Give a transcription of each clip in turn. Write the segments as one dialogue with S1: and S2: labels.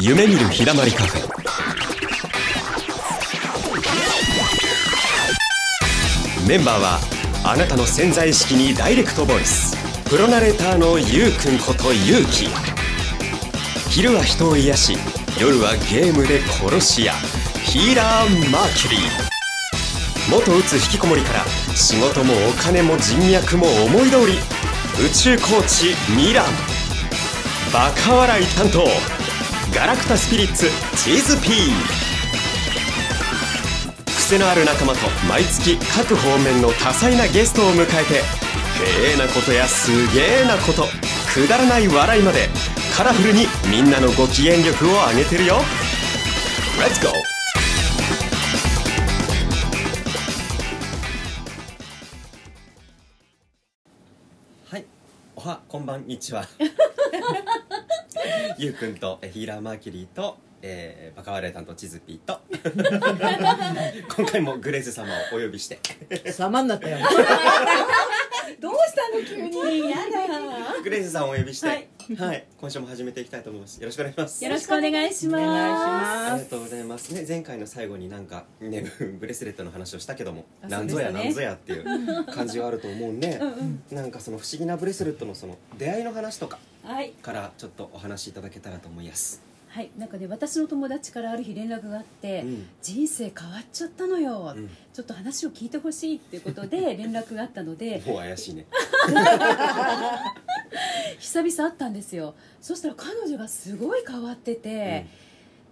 S1: 夢見るひだまりカフェメンバーはあなたの潜在意識にダイレクトボイスプロナレーターのゆうくんことゆうき昼は人を癒し夜はゲームで殺し屋ヒーラー・マーキュリー元うつ引きこもりから仕事もお金も人脈も思い通り宇宙コーチミランバカ笑い担当ガラクタスピリッツチーズピー癖のある仲間と毎月各方面の多彩なゲストを迎えてへえなことやすげえなことくだらない笑いまでカラフルにみんなのご機嫌力を上げてるよレッツゴーはい、おはこんばんにちは。ゆうくんとえヒーラーマーキュリーと、えー、バカワレー担当チズピーと今回もグレーズ様をお呼びして
S2: 様になったよ。
S3: どうしたの急にやだ
S1: グレーズさんをお呼びしては
S3: はいい、
S1: 今週も始めていきたいと思いますよろしくお願いします
S3: よろしくお願いします
S2: お願
S1: あ
S2: いしま
S1: り
S2: す。
S1: がとうございますね前回の最後になんかねブレスレットの話をしたけども、
S3: あ
S1: なんぞや
S3: そうでした
S1: な
S3: ね
S1: んぞやっていう感じはあると思うんでなんかその不思議なブレスレットのその出会いの話とか
S3: はい、
S1: からちょっとお話しいただけたらと思います、
S3: はい、なんかね私の友達からある日連絡があって、
S1: うん
S3: 人生変わっちゃったのよ、
S1: うん
S3: ちょっと話を聞いてほしいっていうことで 連絡があったので
S1: もう怪しいね
S3: 久々会ったんですよそしたら彼女がすごい変わってて、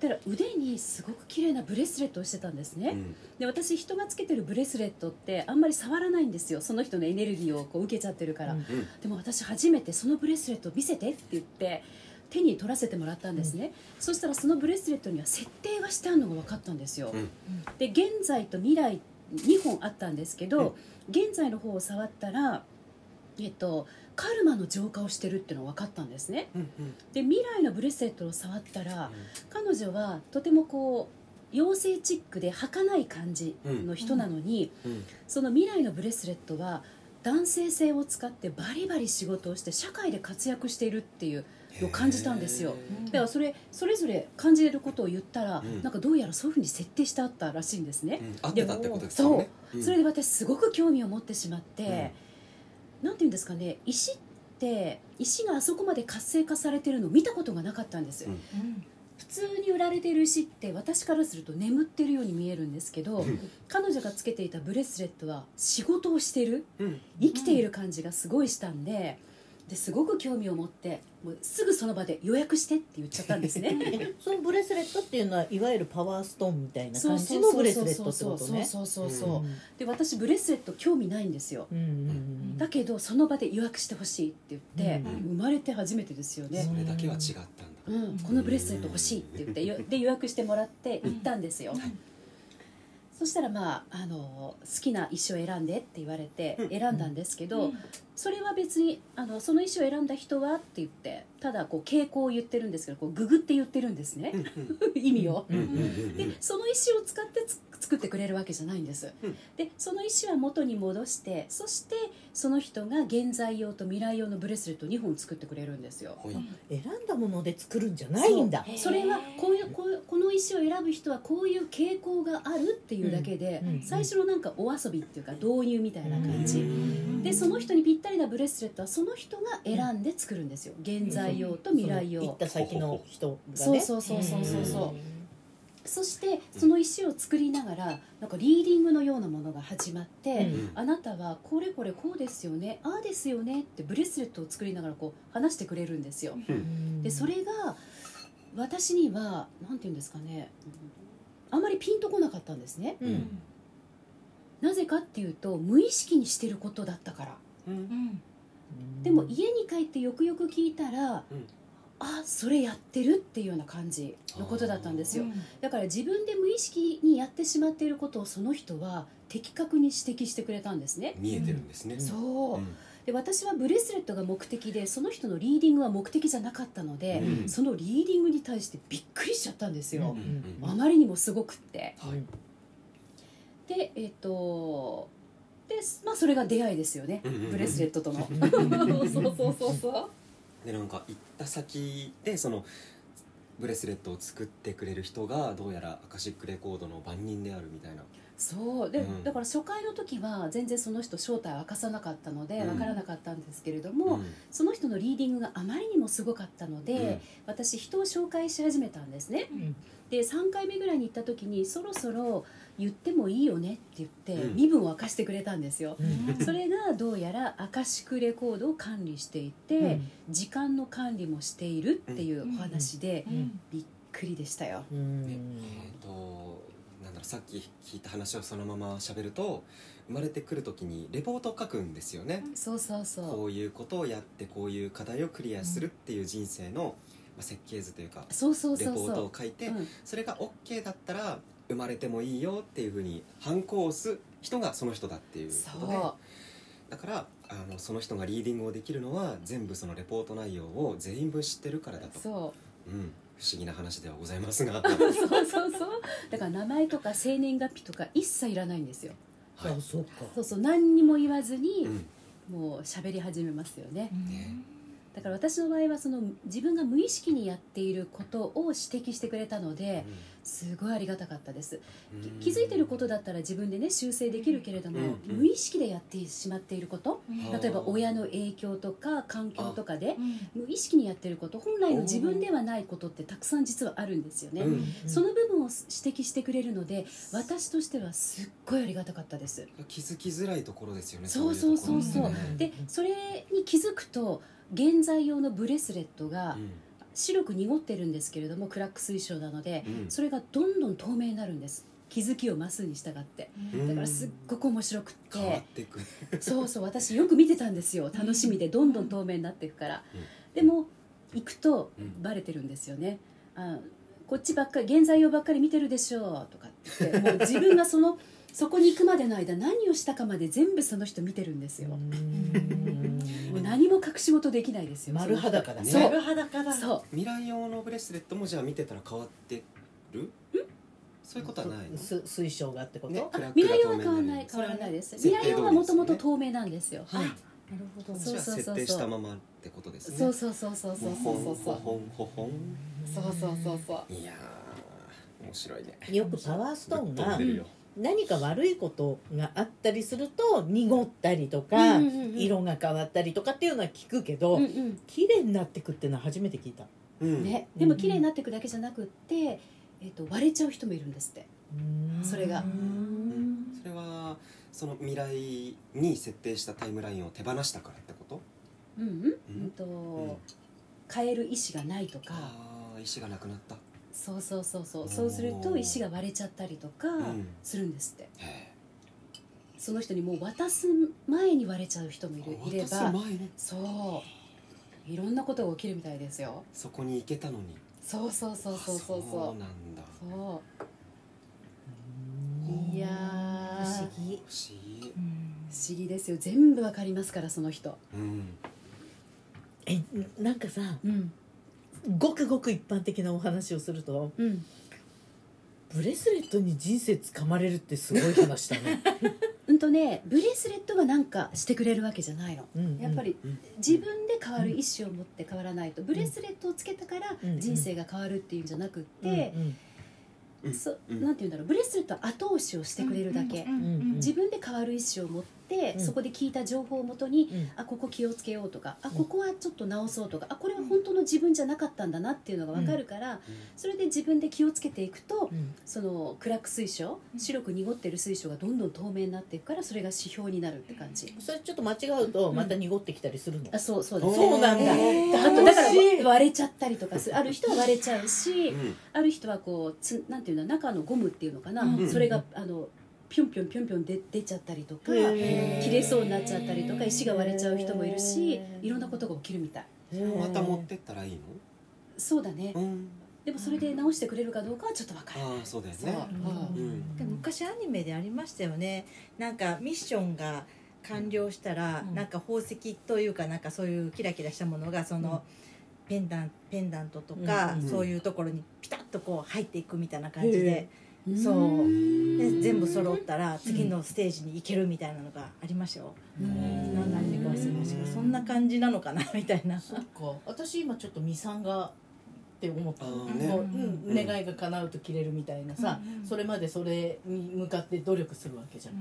S3: だから腕にすごく綺麗なブレスレットをしてたんですね、
S1: うん
S3: で私人がつけてるブレスレットってあんまり触らないんですよその人のエネルギーをこう受けちゃってるから、
S2: うん
S1: うん
S3: でも私初めてそのブレスレットを見せてって言って手に取らせてもらったんですね、そしたらそのブレスレットには設定がしてあるのが分かったんですよ、
S1: うん
S3: で現在と未来2本あったんですけど、現在の方を触ったらえっとカルマの浄化をしてるっていうのが分かったんですね
S1: うんうん
S3: で未来のブレスレットを触ったら彼女はとてもこう妖精チックで儚い感じの人なのに、
S1: うん
S3: その未来のブレスレットは男性性を使ってバリバリ仕事をして社会で活躍しているっていうのを感じたんですよだからそれそれぞれ感じれることを言ったら、
S1: うん
S3: なんかどうやらそういうふうに設定してあったらしいんですね
S1: う、ん合ってたってことですよ
S3: そ
S1: ね
S3: う、
S1: うん
S3: それで私すごく興味を持ってしまって、なんていうんですかね石って石があそこまで活性化されてるのを見たことがなかったんです、
S1: うん
S3: 普通に売られてる石って私からすると眠ってるように見えるんですけど、
S1: うん
S3: 彼女がつけていたブレスレットは仕事をしてる
S1: うん
S3: 生きている感じがすごいしたんでですごく興味を持ってもうすぐその場で予約してって言っちゃったんですね
S2: そのブレスレットっていうのはいわゆるパワーストーンみたいな
S3: そう
S2: 感
S3: そ
S2: じ
S3: う
S2: の
S3: そ
S2: ブ
S3: う
S2: レ
S3: そ
S2: ス
S3: う
S2: レットって
S3: そ
S2: こ
S3: う
S2: と
S3: そう
S2: ね。
S3: そうそう
S2: う
S3: そ
S2: ん
S3: うで私ブレスレット興味ないんですよ
S2: うんうん
S3: だけどその場で予約してほしいって言って、
S1: うん
S3: 生まれて初めてですよね
S1: そ、れだけは違っ
S2: う
S1: たんだ
S3: うん、このブレスレット欲しいって言ってよで予約してもらって行ったんですよ、そしたらまああの好きな衣装選んでって言われて選んだんですけど、それは別にあのその衣装を選んだ人はって言ってただこう傾向を言ってるんですけどこうググって言ってるんですね、意味を、
S2: うん
S1: うんうんうんうん
S3: でその石を使ってつ作ってくれるわけじゃないんです、
S1: うん
S3: でその石は元に戻してそしてその人が現在用と未来用のブレスレット2本作ってくれるんですよ
S1: ほい
S2: 選んだもので作るんじゃないんだ
S3: そうそれはこういうこういうこの石を選ぶ人はこういう傾向があるっていうだけで、
S2: うんうん
S3: 最初のなんかお遊びっていうか導入みたいな感じ、
S1: うん
S3: でその人にぴったりなブレスレットはその人が選んで作るんですよ現在用と未来用、
S2: その行った先の人が
S3: そう
S2: ね
S3: そうそうそうそうそう、
S2: ん
S3: そしてその石を作りながらなんかリーディングのようなものが始まって、
S2: うん
S3: あなたはこれこれこうですよねああですよねってブレスレットを作りながらこう話してくれるんですよ、でそれが私にはなんて言うんですかねうんあまりピンとこなかったんですね
S2: うん
S3: なぜかっていうと無意識にしてることだったからでも家に帰ってよくよく聞いたら、
S1: うん
S3: あそれやってるっていうような感じのことだったんですよ
S4: うん
S3: だから自分で無意識にやってしまっていることをその人は的確に指摘してくれたんですね、
S1: 見えてるんですね
S3: そううんで私はブレスレットが目的でその人のリーディングは目的じゃなかったので、
S1: うん
S3: そのリーディングに対してびっくりしちゃったんですよ
S1: う、ん
S3: あまりにもすごくって
S1: うんはい
S3: でえっ、とでまあそれが出会いですよね、
S1: うんうんうん
S3: ブレスレットとの、
S2: うん
S3: そうそうそうそう
S1: でなんか行った先でそのブレスレットを作ってくれる人がどうやらアカシックレコードの番人であるみたいな
S3: そうで、
S1: うん
S3: だから初回の時は全然その人正体を明かさなかったので
S1: うん
S3: 分からなかったんですけれど
S1: う
S3: も、
S1: ん
S3: その人のリーディングがあまりにもすごかったので、
S1: うん
S3: 私人を紹介し始めたんですね
S4: うん
S3: で3回目ぐらいに行った時にそろそろ言ってもいいよねって言って、
S1: うん
S3: 身分を明かしてくれたんですよ、
S4: うん
S3: それがどうやらアカシックレコードを管理していて、
S4: うん
S3: 時間の管理もしているっていうお話で、
S5: うん
S3: びっくりでしたよ
S4: うん
S1: えっ、となんだろうさっき聞いた話をそのまま喋ると生まれてくる時にレポートを書くんですよね、
S3: そうそうそ
S1: こういうことをやってこういう課題をクリアするっていう人生の、まあ、設計図というか
S3: うそうそう
S1: レ
S3: そ
S1: ポ
S3: う
S1: ー
S3: そ
S1: ト
S3: う
S1: を書いて
S3: うん
S1: それが OK だったら生まれてもいいよっていうふうに反抗を押す人がその人だっていうことで
S3: そう
S1: だからあのその人がリーディングをできるのは全部そのレポート内容を全員分知ってるからだと
S3: そう
S1: う、ん、不思議な話ではございます が、は
S3: そうそうそうだから名前とか生年月日とか一切いらないんですよ
S4: あ
S1: い
S4: そうか
S3: そうそう何にも言わず
S1: う
S3: に
S1: ん
S3: もう喋り始めますよね
S1: ね
S3: だから私の場合はその自分が無意識にやっていることを指摘してくれたのですごいありがたかったです
S1: うん
S3: き気づいてることだったら自分でね修正できるけれども、
S1: うんうん
S3: 無意識でやってしまっていること
S5: うん
S1: あ
S3: 例えば親の影響とか環境とかで
S5: うん
S3: 無意識にやってること本来の自分ではないことってたくさん実はあるんですよね、
S1: うん
S3: その部分を指摘してくれるので私としてはすっごいありがたかったです
S1: 気づきづらいところですよね
S3: そう
S1: いところってね
S4: そうそうそう
S3: でそれに気づくと現在用のブレスレットが白く濁ってるんですけれどもクラック水晶なので
S1: うんうん
S3: それがどんどん透明になるんです気づきを増すに従って
S1: うん
S3: だからすっごく面白くっ
S1: 変わってていく、
S3: そうそう私よく見てたんですよ楽しみでどんどん透明になっていくから
S1: うん
S3: でも行くと
S1: うん
S3: バレてるんですよねあこっちばっかり原材料ばっかり見てるでしょうとかって言ってもう自分がそのそこに行くまでの間何をしたかまで全部その人見てるんですよ、もう何も隠し事できないですよ
S4: 丸裸だね
S3: そう
S5: 丸裸だ
S3: そう
S1: 未来用のブレスレットもじゃあ見てたら変わってるそういうことはないの
S4: す水晶がってこと、
S1: ね
S3: あ
S1: 暗く
S3: 未来用は変わ
S1: 透
S3: ら
S1: 明
S3: ない変わらないです
S1: それ
S3: 未
S1: はね
S3: 来用はもともと透明なんですよ、
S1: はい
S5: なるほど
S3: そう
S1: じゃあ設定したままってことですね
S3: そうそうそうそうそうそうそう
S1: ほほんほほんほほ
S3: そうそうそうそうん
S1: いやー面白いね
S4: よくパワーストーン
S1: ぶっ飛
S4: が
S1: んでるよ
S4: 何か悪いことがあったりすると濁ったりとか、
S3: うんうんうん
S4: 色が変わったりとかっていうのは聞くけど、
S3: うんうん
S4: 綺麗になってくっていうのは初めて聞いた、
S1: うん
S3: ね、でも綺麗になっていくだけじゃなくって、えっと割れちゃう人もいるんですってそれが
S1: うんそれはその未来に設定したタイムラインを手放したからってこと
S3: うんうん、うんと
S1: ん
S3: 変える意思がないとか
S1: ああ石がなくなった
S3: そうそうそうそ
S1: お
S3: う
S1: ー
S3: そうすると石が割れちゃったりとか
S1: ん
S3: するんですって、
S1: へ
S3: その人にもう渡す前に割れちゃう人もいる
S1: ー
S3: いれ
S1: 渡す前
S3: ば
S1: に
S3: そういろんなことが起きるみたいですよ
S1: そこに行けたのに
S3: そうそうそうそうそう
S1: あ
S3: そ
S1: そうなんだ
S3: うそういや
S4: 不
S3: ー
S4: 思
S3: 不思
S4: 議
S1: 不思議
S3: 議ですよ全部わかりますからその人
S1: うん
S4: えなんかさ
S3: うん
S4: ごくごく一般的なお話をすると
S3: うん
S4: ブレスレットに人生つかまれるってすごい話だ ね、
S3: うんとねブレスレットはなんかしてくれるわけじゃないの
S4: うんうん
S3: やっぱり
S1: うん
S3: 自分で変わる意思を持って変わらないとブレスレットをつけたから
S4: うん
S3: 人生が変わるっていうんじゃなくって、
S4: うん
S1: うん
S3: そ
S1: うん
S3: なんて言うんだろうブレスレットは後押しをしてくれるだけ、
S5: うんうんうん
S3: 自分で変わる意思を持って、
S4: うん
S3: そこで聞いた情報をもとに、
S4: うん
S3: あここ気をつけようとかあ
S4: うん
S3: ここはちょっと直そうとかあこれは本当の自分じゃなかったんだなっていうのが分かるから、それで自分で気をつけていくと
S4: うん
S3: その暗く水晶
S5: うん
S3: 白く濁ってる水晶がどんどん透明になっていくからそれが指標になるって感じ。
S4: それちょっと間違うとまた濁ってきたりするの、
S3: あそうそうです
S4: そうなんだ、
S5: えー
S3: あとだから
S4: 楽しい
S3: 割れちゃったりとかするある人は割れちゃうし、
S1: うん
S3: ある人はこうつなんていうの中のゴムっていうのかな、
S5: うん
S3: それがあのピョンピョンピョンピョンで出ちゃったりとか
S4: へ
S1: ー
S3: 切れそうになっちゃったりとか石が割れちゃう人もいるし
S4: へー
S3: いろんなことが起きるみたい
S1: また持ってったらいい
S3: そうだね
S1: のうん
S3: でもそれで直してくれるかどうかはちょっとわからない
S1: ああそうだよ
S3: そう
S1: ね
S3: うん
S1: うん
S5: でも昔アニメでありましたよねなんかミッションが完了したら、
S4: うん
S5: なんか宝石というかなんかそういうキラキラしたものがその、
S4: うん
S5: ペンダンペンダントとか、
S4: うん
S1: うん
S5: そういうところにピタッとこう入っていくみたいな感じで、
S3: うん
S5: そうで
S1: ね
S5: 全部揃ったら次のステージに行けるみたいなのがありましたよ、
S3: う
S4: うん
S3: ん
S5: 何のアニメか忘れましたけどそんな感じなのかなみたいな
S4: そっか私今ちょっとミサンがって思ったの
S1: あーね
S4: こう
S5: うん
S4: うん願いが叶うと切れるみたいなさ、
S5: うんうん
S4: それまでそれに向かって努力するわけじゃん、
S5: うん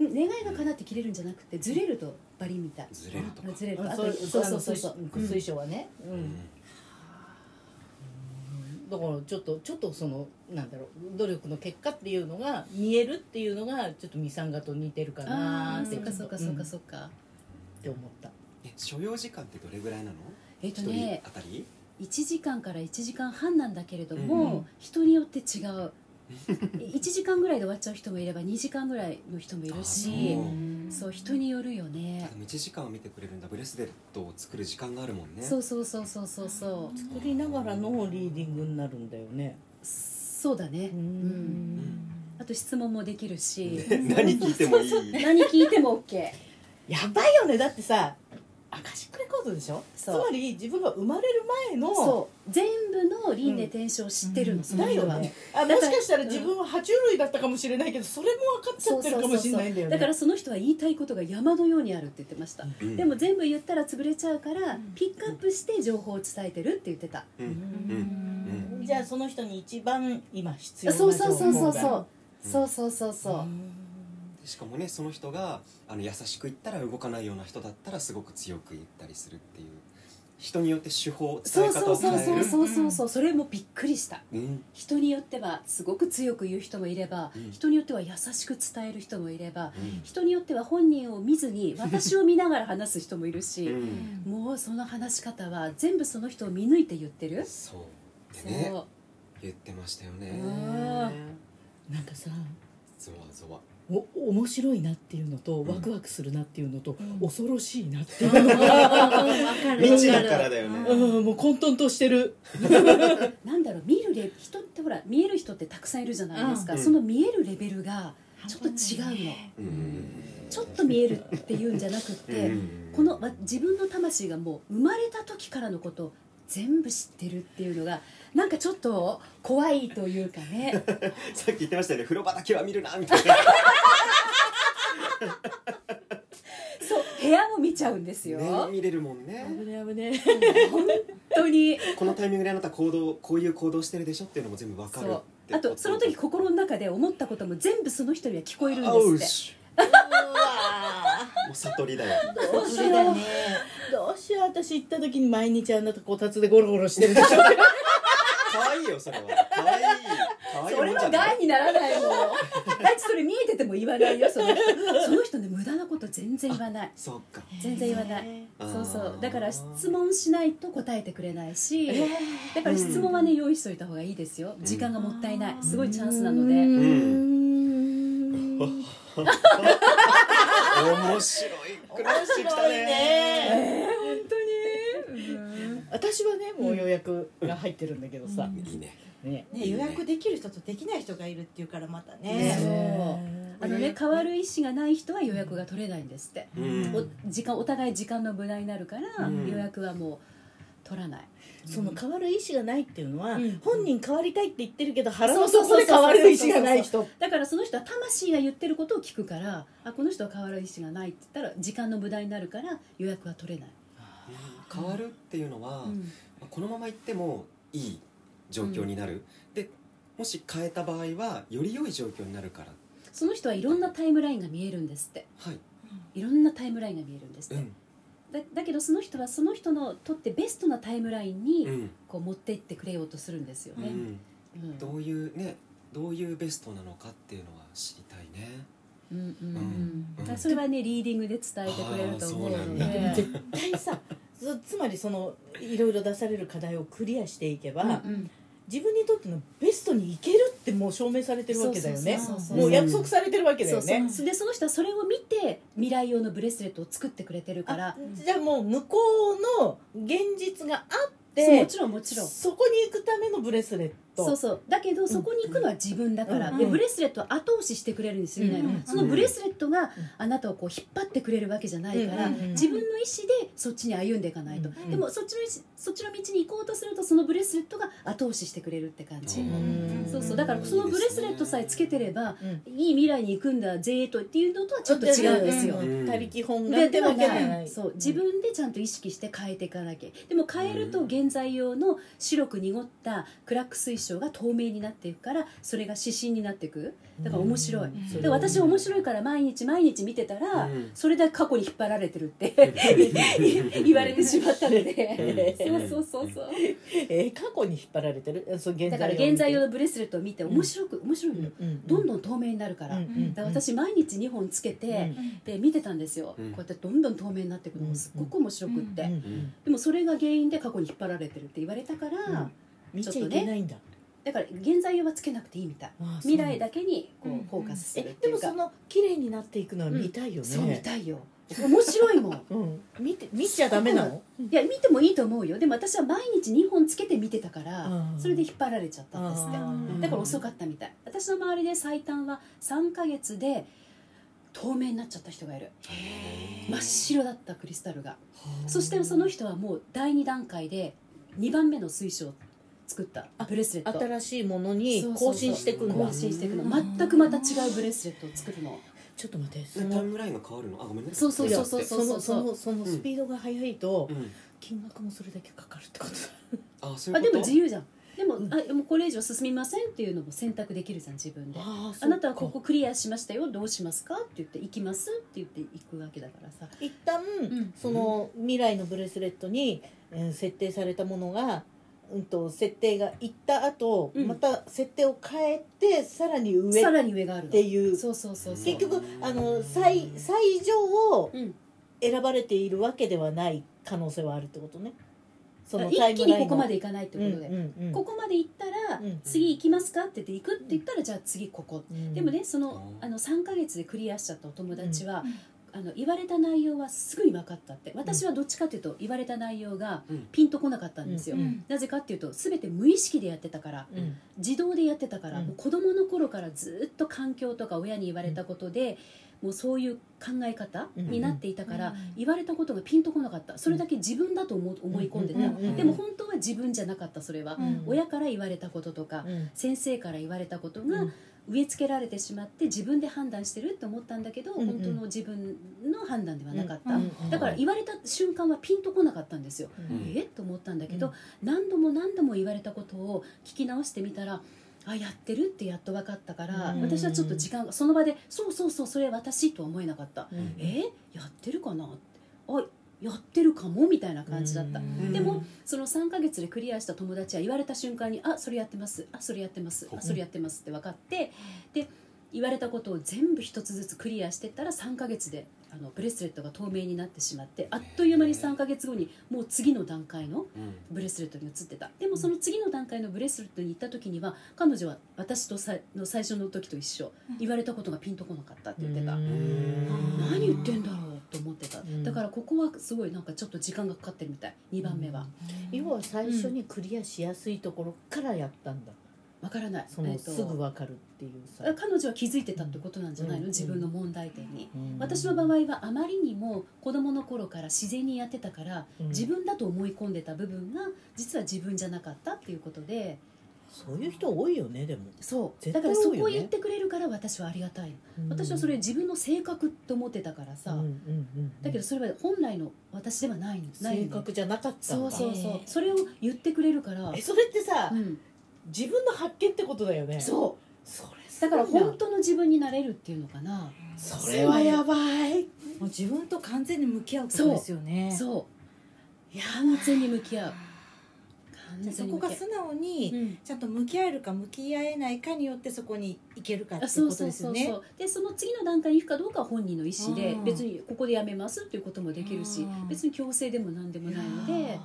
S1: うん
S3: うん願いが叶って切れるんじゃなくてずれるとバリみたい
S1: ずれるとか
S3: ずれると
S4: あ
S3: あ
S4: そう
S3: と
S4: そ
S3: そうう
S4: そ
S3: そうう
S4: そ
S3: そううそう
S4: うん水晶はね、うんだからちょっとちょっとそのなんだろう努力の結果っていうのが見えるっていうのがちょっとミサンガと似てるか
S3: あ
S4: な
S3: あ
S4: って
S3: そ
S4: いう
S3: かそうかそうか
S4: う
S3: そうか
S4: んって思った
S1: え所要時間ってどれぐらいなの
S3: えっと
S1: 一、
S3: ね
S1: 人当たり
S3: 1時間から1時間半なんだけれども、
S4: うん
S3: 人によって違う1時間ぐらいで終わっちゃう人もいれば2時間ぐらいの人もいるし
S1: うあ
S3: そう人によるよ
S1: で
S3: ね
S1: も1時間を見てくれるんだブレスレットを作る時間があるもんね
S3: そうそうそうそうそうそう
S4: 作りながらのリーディングになるんだよね
S3: そうだね、うんあと質問もできるし、
S1: 何聞いてもいい
S3: 何聞いても OK
S4: やばいよねだってさアカシックレコードでしょつ
S3: そう
S4: まり自分が生まれる前の
S3: そう全部の輪廻転生を知ってるの、その
S4: だよ
S3: 人は
S4: ねあも
S3: だ
S4: し
S3: から
S4: かしたら自分は爬虫類だったかもしれないけどそれも分かっちゃってるかもしれないんだよね
S3: だからその人は言いたいことが山のようにあるって言ってました、
S1: うん
S3: でも全部言ったら潰れちゃうから、ピックアップして情報を伝えてるって言ってた、
S1: うんうん
S4: じゃあその人に一番今必要な情
S3: そ
S4: 報
S3: う
S4: が
S3: そうそうそう
S4: う
S3: そ
S4: ん
S3: うそうそうそうそう
S1: しかもねその人があの優しく言ったら動かないような人だったらすごく強く言ったりするっていう人によって手法伝
S3: そ
S1: え
S3: う
S1: 方
S3: そう
S1: を
S3: そ
S1: 変
S3: う
S1: える
S3: そうそうそうそうそれもびっくりした
S1: うん
S3: 人によってはすごく強く言う人もいれば、
S1: うん
S3: 人によっては優しく伝える人もいれば
S1: うん
S3: 人によっては本人を見ずに私を見ながら話す人もいるし、
S1: うん
S3: もうその話し方は全部その人を見抜いて言ってる、
S1: そうってね
S3: そう
S1: 言ってましたよね
S3: うん
S4: なんかさ
S1: ゾワゾワ
S4: お面白いなっていうのと
S1: ん
S4: ワクワクするなっていうのと、
S3: ん
S4: 恐ろしいなっていう、
S1: 未知だからだよね
S4: うん、もう混沌としてる
S3: なんだろう見るレ人ってほら見える人ってたくさんいるじゃないですか、
S1: うん
S3: その見えるレベルがちょっと違うの、
S1: うん
S3: ちょっと見えるっていうんじゃなくって、
S1: うん
S3: このわ自分の魂がもう生まれた時からのことを全部知ってるっていうのがなんかちょっと怖いというか ね
S1: さっき言ってましたよね風呂場だけは見るなみたいな
S3: そう部屋も見ちゃうんですよ、
S1: ね見れるもん
S4: 危
S1: ね
S4: ね危ね
S3: 本当に
S1: このタイミングであなた行動こういう行動してるでしょっていうのも全部わかる
S3: そう
S1: って
S3: あとその時心の中で思ったことも全部その人には聞こえる
S1: あうんっ
S3: ですって
S1: し
S5: う
S1: もう悟りだよ
S5: わどうしようだね
S4: どうしよう私行った時に毎日あなたこたつでゴロゴロしてるでしょ
S1: 可愛いよそれは可愛い可愛い
S3: それ
S1: もんじ
S3: も
S1: ゃない
S3: 害にならないもんだってそれ見えてても言わないよその人その人ね無駄なこと全然言わない
S1: そっか
S3: 全然言わない
S5: へ
S1: ー
S3: そうそうだから質問しないと答えてくれないし、だから質問はね用意しといた方がいいですよ時間がもったいないすごいチャンスなので
S4: うん
S1: 面白いクラッシュきたね
S4: 私はねもう予約が入ってるんだけどさ、
S1: いいね
S4: ね
S5: ね予約できる人とできない人がいるっていうからまた
S3: ね
S5: ね
S3: そうあのね変わる意思がない人は予約が取れないんですって、
S1: うん
S3: お時間お互い時間の無駄になるから、
S1: うん
S3: 予約はもう取らない
S4: その変わる意思がないっていうのは、
S5: うん
S4: 本人変わりたいって言ってるけど腹
S3: そう
S4: の
S3: そうそ
S4: 底
S3: うそう
S4: で変わる意思がない人
S3: だからその人は魂が言ってることを聞くからあこの人は変わる意思がないって言ったら時間の無駄になるから予約は取れない、
S1: 変わるっていうのは、
S3: うん
S1: このまま行ってもいい状況になる、でもし変えた場合はより良い状況になるから
S3: その人はいろんなタイムラインが見えるんですって
S1: はい
S3: いろんなタイムラインが見えるんですっ
S1: う
S3: て、
S1: ん
S3: だだけどその人はその人のとってベストなタイムライ
S1: う
S3: ンに
S1: ん、
S3: こう持ってってくれようとするんですよ
S1: う
S3: ね、
S1: ん、
S3: うんうん
S1: どういうねどういうベストなのかっていうのは知りたいね
S3: うんうん
S1: うん
S3: だからそれはねリーディングで伝えてくれると思う
S1: あーそうな
S3: の
S1: ん
S3: で
S1: だ
S4: でも絶対さそつまりそのいろいろ出される課題をクリアしていけば、
S3: うんうん
S4: 自分にとってのベストにいけるってもう証明されてるわけだよね
S3: そうそうそうそう
S4: もう約束されてるわけだ
S3: そ
S4: よ
S3: うそう
S4: ね
S3: でその人はそれを見て未来用のブレスレットを作ってくれてるから
S4: あじゃあもう向こうの現実があっ
S3: そうも
S4: て
S3: ちろんもちろん
S4: そこに行くためのブレスレット
S3: そうそうだけどそこに行くのは自分だから、
S2: うん
S3: でブレスレットは後押ししてくれるんですよね、
S4: うん
S3: そのブレスレットがあなたをこう引っ張ってくれるわけじゃないから、
S4: うんうんうん
S3: 自分の意思でそっちに歩んでいかないと、
S4: うん
S3: でもそっちの意思そっちの道に行こうとするとそのブレスレットが後押ししてくれるって感じ、
S1: うん
S3: そうそうだからそのブレスレットさえつけてれば
S4: うん
S3: いい未来に行くんだぜーとっていうのとはちょっと違うんですよ、
S1: うんうん
S2: 他力本
S3: で
S2: 願って
S3: で
S2: わ
S3: は
S2: けじゃ
S3: な
S2: ない
S3: いそう自分でちゃんと意識して変えていかなきゃでも変えると現在用の白く濁ったクラック水晶が透明になっていくからそれが指針になっていくだから面白
S2: う
S3: い、
S2: ん
S3: で私面白いから毎日毎日見てたら、
S1: うん
S3: それだけ過去に引っ張られてるって 言われてしまったので、
S1: うん
S3: そうそうそうそう
S2: えー過去に引っ張られてるえそう現在
S3: だから現在用のブレスレットを見て面白く面白いのよ、どん
S4: ん
S3: どん透明になるから、
S4: うん
S3: だから私毎日2本つけて、で見てたんですよ、
S1: うん
S3: こうやってどんどん透明になっていくの
S4: う
S3: も
S4: ん
S3: すっごく面白くって、
S4: うん
S1: ん
S3: でもそれが原因で過去に引っ張られてるって言われたから、
S4: うん見ちゃいけないんだ
S3: だから現在はつけなくていいみたい
S4: ああそう
S3: 未来だけにこう、
S5: うん
S3: フォーカスするっ
S4: えで
S3: てい
S4: も
S3: うか
S4: その綺麗になっていくのは見たいよね、
S3: そう見たいよ面白いもんい
S4: うん、見て見ちゃダメなの
S3: や見てもいいと思うよでも私は毎日2本つけて見てたから、
S4: うん
S3: それで引っ張られちゃったんですって
S4: あ
S3: だから遅かったみたい私の周りで最短は3ヶ月で透明になっちゃった人がいる真っ白だったクリスタルがそしてその人はもう第2段階で2番目の水晶を作ったブレスレット
S4: 新しいものに更新していくんだ
S3: 更新していくの全くまた違うブレスレットを作るの
S4: ちょっと待ってそ
S1: でタイ
S4: の
S1: ムラインが変わるのあごめんね
S3: そうそう
S4: いや
S3: そうそう
S4: そのそのそのスピードが速いと
S1: うん
S4: 金額もそれだけかかるってことだ
S1: あそうい
S3: あ
S1: う
S3: でも
S1: こと
S3: 自由じゃんでも,、
S4: うん
S3: あもうこれ以上進みませんっていうのも選択できるじゃん自分であ
S4: あ
S3: なたはここクリアしましたよどうしますかって言って行きますって言って行くわけだからさ
S4: 一旦、
S3: ん
S4: その未来のブレスレットに、えー設定されたものが、うん、と設定がいった後、
S3: うん
S4: また設定を変えてさらに上
S3: さ
S4: っ
S3: らに上があるの
S4: ていう
S3: そうそうそうそう
S4: 結局あの最最上を
S3: うん
S4: 選ばれているわけではない可能性はあるってことねそのタ
S3: 一
S4: イム
S3: 気
S4: ラ
S3: に
S4: イ
S3: こ
S4: ン
S3: こ
S4: の
S3: まで行かないってことで、
S4: うんうん
S3: ここまで行ったら、
S4: うん
S3: 次行きますかって言って行くって言ったら、じゃあ次ここ、
S4: うん
S3: でもねその
S1: うん
S3: あの3ヶ月でクリアしちゃったお友達は、
S5: うん
S3: あの言われた内容はすぐに分かったって私はどっちかというと言われた内容が
S1: うん
S3: ピンとこなかったんですよ、
S4: うん
S3: なぜかっていうと全て無意識でやってたから
S4: うん
S3: 自動でやってたから、
S4: うん
S3: もう子供の頃からずっと環境とか親に言われたことで、もうそういう考え方
S4: うん
S3: になっていたから、
S5: うん
S3: 言われたことがピンとこなかったそれだけ自分だと思う思い込んでた、
S4: うんうんうんうん
S3: でも本当は自分じゃなかったそれは、
S5: うん
S3: 親から言われたこととか、
S4: うん
S3: 先生から言われたこと
S4: う
S3: が
S4: ん
S3: 植え付けられてしまって自分で判断してるって思ったんだけど、
S4: うんうん
S3: 本当の自分の判断ではなかった、
S4: うんうん
S3: だから言われた瞬間はピンとこなかったんですよ、
S1: うん
S3: えっと思ったんだけど、何度も何度も言われたことを聞き直してみたらあやってるってやっと分かったから、
S4: うん
S3: 私はちょっと時間がその場で「そうそうそうそれ私」とは思えなかった、
S4: うん
S3: えやってるかなってあやってるかもみたいな感じだった、
S4: うん
S3: でもその3ヶ月でクリアした友達は言われた瞬間に「あそれやってますあそれやってます
S1: うん
S3: あそれやってます」って分かってで言われたことを全部一つずつクリアしてったら3ヶ月であのブレスレットが透明になってしまってあっという間に3ヶ月後にもう次の段階の
S1: うん
S3: ブレスレットに移ってたでもその次の段階のブレスレットに行った時には彼女は私とさの最初の時と一緒
S5: うん
S3: 言われたことがピンとこなかったって言ってた、
S4: うん
S3: 何言ってんだろうと思ってた、
S4: ん
S3: だからここはすごいなんかちょっと時間がかかってるみたい2番目は、
S4: 要は最初にクリアしやすいところからやったんだ、
S3: わからない
S4: その
S3: えっと
S4: すぐわかるっていうさ、
S3: 彼女は気づいてたってことなんじゃないの、
S4: うん
S3: 自分の問題点に、
S4: うん
S3: 私の場合はあまりにも子供の頃から自然にやってたから、
S4: うん
S3: 自分だと思い込んでた部分が実は自分じゃなかったっていうことで
S4: そういう人多いよねでも、
S3: そう
S4: 絶
S3: だ
S4: 対多
S3: か
S4: いよ
S3: ら
S4: ね
S3: そこを言ってくれるから私はありがたいの、私はそれ自分の性格と思ってたからさ、
S4: うんうんうん
S3: だけどそれは本来の私ではないのないの
S4: 性格じゃなかったん
S3: そ
S4: だ
S3: うそう
S5: へ
S3: そう
S5: ー
S3: それを言ってくれるから
S4: えそれってさ、
S3: うん、
S4: 自分の発見ってことだよねう
S3: そ
S4: それ
S3: う
S4: す
S3: だ
S4: ごい
S3: か
S4: な
S3: ら本当の自分になれるっていうのかな
S4: それはやばい
S5: もう自分と完全に向き合うことですよね
S3: そう完全に向き合う完
S5: じゃあそ
S3: 全に
S5: こ
S3: 向き合
S5: が
S3: う
S5: 素直に
S3: うん
S5: ちゃんと向き合えるか向き合えないかによってそこに行けるかって
S3: あ
S5: い
S3: そうう
S5: こと
S3: そう
S5: です
S3: そ
S5: よ
S3: う
S5: ね
S3: そうでその次の段階に行くかどうかは本人の意思で
S5: うん
S3: 別にここでやめますっていうこともできるし
S5: うん
S3: 別に強制でも何でもないの
S5: い
S3: で
S5: や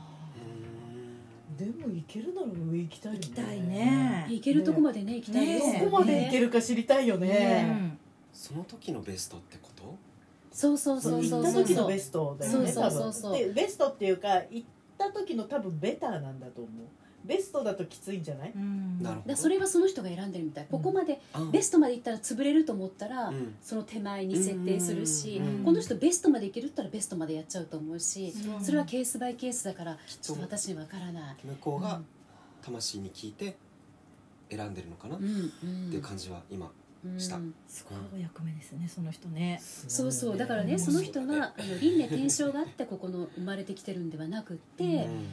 S4: でも行けるなら上行きたいよね
S5: 行きたいね
S3: 行けるとこまでね行きたいですよ
S5: ね
S3: ね
S4: どこまで行けるか知りたいよね
S5: ね
S1: その時のベストってこと
S3: そうそうそうそう
S4: 行った
S3: そう
S4: 時の
S3: そう
S4: ベストだよね
S3: そうそうそうそう
S4: 多分でベストっていうか行った時の多分ベターなんだと思うベストだときついんじゃない
S5: うん
S1: なるほ
S3: だ
S1: ど
S3: それはその人が選んでるみたい、ここまでベ
S1: ス
S3: ストまでいったら潰れると思ったら、
S1: うん
S3: その手前に設定するし、
S1: うん
S3: この人ベストまでいけるったらベストまでやっちゃうと思うし、
S5: うん
S3: それはケースバイケースだから
S1: きっ
S3: ちょ
S1: と
S3: っと私にわからない、
S1: 向こうが魂に聞いて選んでるのかなっ
S3: うんうん
S1: ていう感じは今
S3: うん
S1: した
S5: すごい役目ですねその人ね
S3: そうそうだからねその人があの輪廻転生があってここの生まれてきてるんではなくって、
S4: うん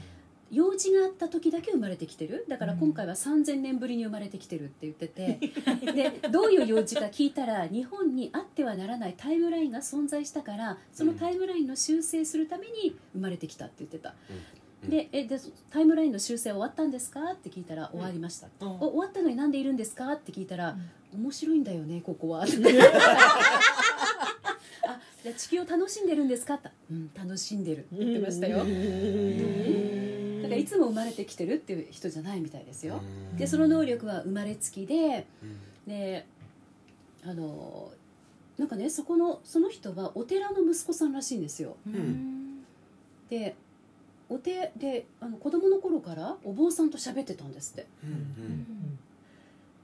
S3: 用事があった時だけ生まれてきてるだから今回は3,000年ぶりに生まれてきてるって言ってて、 でどういう用事か聞いたら日本にあってはならないタイムラインが存在したからそのタイムラインの修正するために生まれてきたって言ってた、
S1: うん
S3: でえでタイムラインの修正終わったんですかって聞いたら終わりました、
S1: うん
S3: お終わったのになんでいるんですかって聞いたら、面白いんだよねここ はあじゃあ地球を楽しんでるんですかってうん楽しんでるって言ってましたよ、だからいつも生まれてきてるっていう人じゃないみたいですよ。でその能力は生まれつきでであのなんかねそこのその人はお寺の息子さんらしいんですよ。
S1: ん
S3: でお手であの子供の頃からお坊さんと喋ってたんですって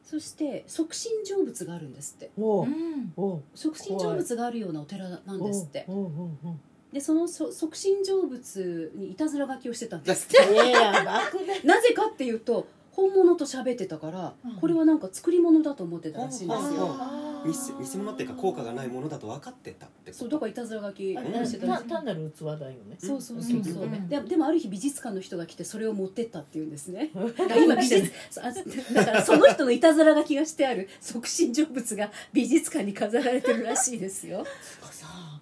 S3: そして促進成仏があるんですって
S4: おう
S5: うん
S4: おう
S3: 促進成仏があるようなお寺なんですって
S4: おうおうおう
S3: でそのそ促進成仏にいたずら書きをしてたんですって
S4: おういやばくね
S3: なぜかっていうと本物と喋ってたから、
S5: うん
S3: これはなんか作り物だと思ってたらしいんですよ、
S1: あ見せ見せ物っていうか効果がないものだと分かってたってこと
S3: そうだからいたずら書き
S4: あ
S1: うん
S3: してた
S4: た
S3: んです
S4: 単なる器だよね
S3: そうそうそうそう、
S5: うん
S3: ででもある日美術館の人が来てそれを持ってったっていうんですねだから今美術あだからその人のいたずら書きがしてある促進成仏が美術館に飾られてるらしいですよ
S4: さあ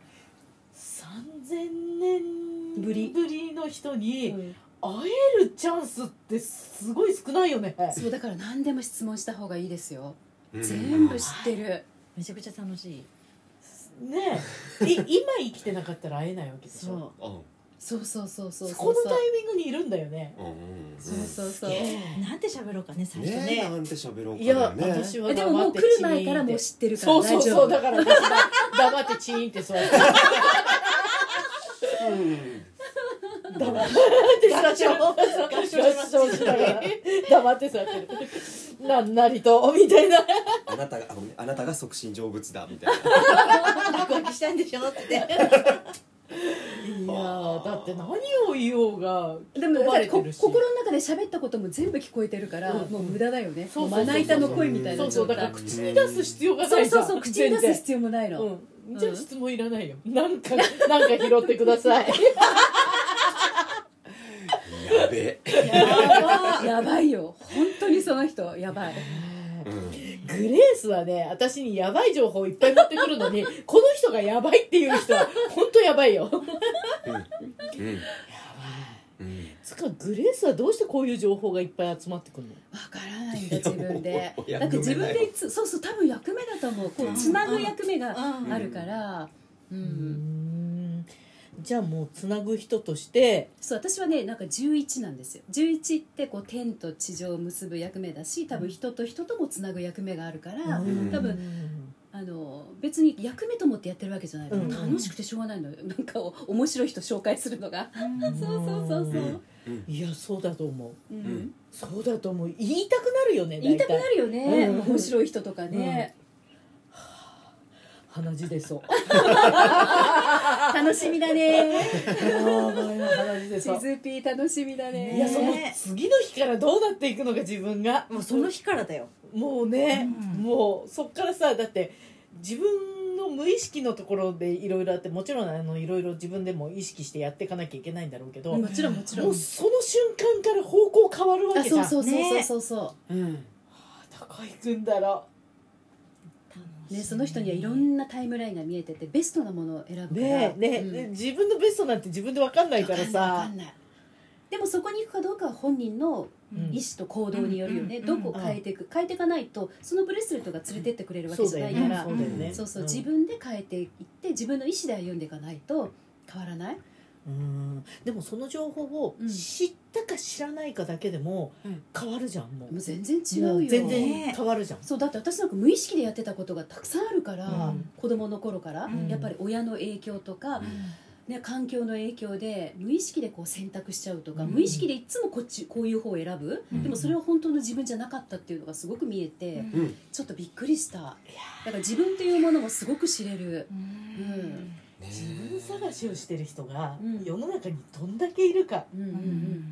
S4: 3000年
S3: ぶり
S4: の人に会えるチャンスってすごい少ないよね
S3: そうだから何でも質問した方がいいですよ
S1: うん
S3: 全部知ってる
S5: めちゃくちゃ楽しい
S4: ねえい今生きてなかったら会えないわけでしょ
S1: うん
S3: そうそうそうそ
S4: そ
S3: うそ
S4: こ
S3: う
S4: のタイミングにいるんだよね
S1: うんうんうん
S3: そうそうそう
S5: なんて喋ろうかね最初
S1: ねえ
S5: ね
S1: なんて喋ろうか
S4: いや
S1: だね
S4: 私は
S3: えでももう来る前からもう知ってるから
S4: そう
S3: 大
S4: そ
S3: 丈
S4: う
S3: 夫
S4: そうだから私が黙ってチーンって座って
S1: うん
S4: 黙って座ってるガシガシ座ってる黙って座ってるなんなりとみたいな
S1: あなたがあごめんあなたが促進成仏だみたいな
S5: 落書きしたんでしょって
S4: いやーだって何を言おうが
S3: でもだ
S4: ば
S3: か
S4: れ
S3: ら
S4: て
S3: こ
S4: るし
S3: 心の中で喋ったことも全部聞こえてるから、
S4: うん
S3: もう無駄だよね、
S4: そうそうそうそう
S3: もうまな板の声みたい
S4: そ
S3: な
S4: うそ
S3: 状
S4: うだから
S3: 態
S4: 口に出す必要がな
S3: そう
S4: いじゃ
S3: そ
S4: ん
S3: うそう口に出す必要もないの、
S4: うん、じゃあ質問いらないよ、なんかなんか拾ってください
S1: やべえ
S3: やばいよ本当にその人やばい
S1: うん
S4: グレースはね私にやばい情報いっぱい持ってくるの にこの人がやばいっていう人は本当やばいよ
S1: うんうん
S4: つかグレースはどうしてこういう情報がいっぱい集まってくるの
S3: わからないんだ自分で
S1: いやも
S3: だ
S1: う
S3: って自分でいつそうそう多分役目だと思うこうつなぐ役目が
S5: うん
S3: あるからうん、
S4: うーんじゃあもうつなぐ人として
S3: そう私はねなんか11なんですよ11ってこう天と地上を結ぶ役目だし多分人と人ともつなぐ役目があるから、
S1: ん
S3: 多分あの別に役目と思ってやってるわけじゃないの、
S4: うん
S3: 楽しくてしょうがないのよ なんかお面白い人紹介するのがそうそうそうそう、
S1: うん
S4: いやそうだと思う
S3: うん
S1: ん
S4: そうだと思う言いたくなるよね
S3: 言いたくな
S4: 大体
S3: るよね、
S4: うん
S3: 面白い人とかね、
S4: 鼻血出そう
S3: 楽しみだね
S4: やばい鼻血出
S3: チ
S4: そう
S3: ーズピー楽しみだね
S4: いやその
S5: ね
S4: 次の日からどうなっていくのか自分が
S5: もうその日からだよ
S4: もうね、
S5: うん
S4: もうそっからさだって自分の無意識のところでいろいろあってもちろんあのいろいろ自分でも意識してやっていかなきゃいけないんだろうけど、
S3: もちろんもちろん
S4: もうその瞬間から方向変わるわ
S3: あ
S4: けじゃ
S3: そ
S4: ん
S3: うそうそうそう
S5: ね
S3: そうそ
S1: うん
S4: 高いくんだろ
S3: う、ね、その人にはいろんなタイムラインが見えててベストなものを選ぶ
S4: う
S3: から
S4: ねえねえ、ね自分のベストなんて自分で分かんな
S3: え
S4: いからさ
S3: でもそこに行くかどうかは本人の
S4: うん
S3: 意思と行動によるよね、
S5: うんうんうん
S3: どこを変えていく変えていかないとそのブレスレットが連れてってくれるわけ
S4: そう
S3: じゃ
S4: だ
S3: な
S4: よね
S3: いから
S4: そうだよね、
S3: そうそうん自分で変えていって自分の意思で歩んでいかないと変わらない
S4: うんでもその情報を
S3: うん
S4: 知ったか知らないかだけでも
S1: うん
S4: 変わるじゃんもう
S3: もう全然違う
S4: も
S3: よ
S4: う全然
S5: ね
S4: 変わるじゃん
S3: そうだって私なんか無意識でやってたことがたくさんあるから、
S4: うん
S3: 子供の頃から、
S5: うん
S3: やっぱり親の影響とか、
S1: うん
S3: ね、環境の影響で無意識でこう選択しちゃうとか、
S4: うん
S3: 無意識でいつもこっちこういう方を選ぶ、
S5: うん
S3: でもそれは本当の自分じゃなかったっていうのがすごく見えて、
S5: うん
S1: うん
S3: ちょっとびっくりしただから自分というものもすごく知れる
S5: う、ん
S4: 自分探しをしてる人が
S3: うん
S4: 世の中にどんだけいるか
S3: うんうん
S5: う
S3: うん
S5: ん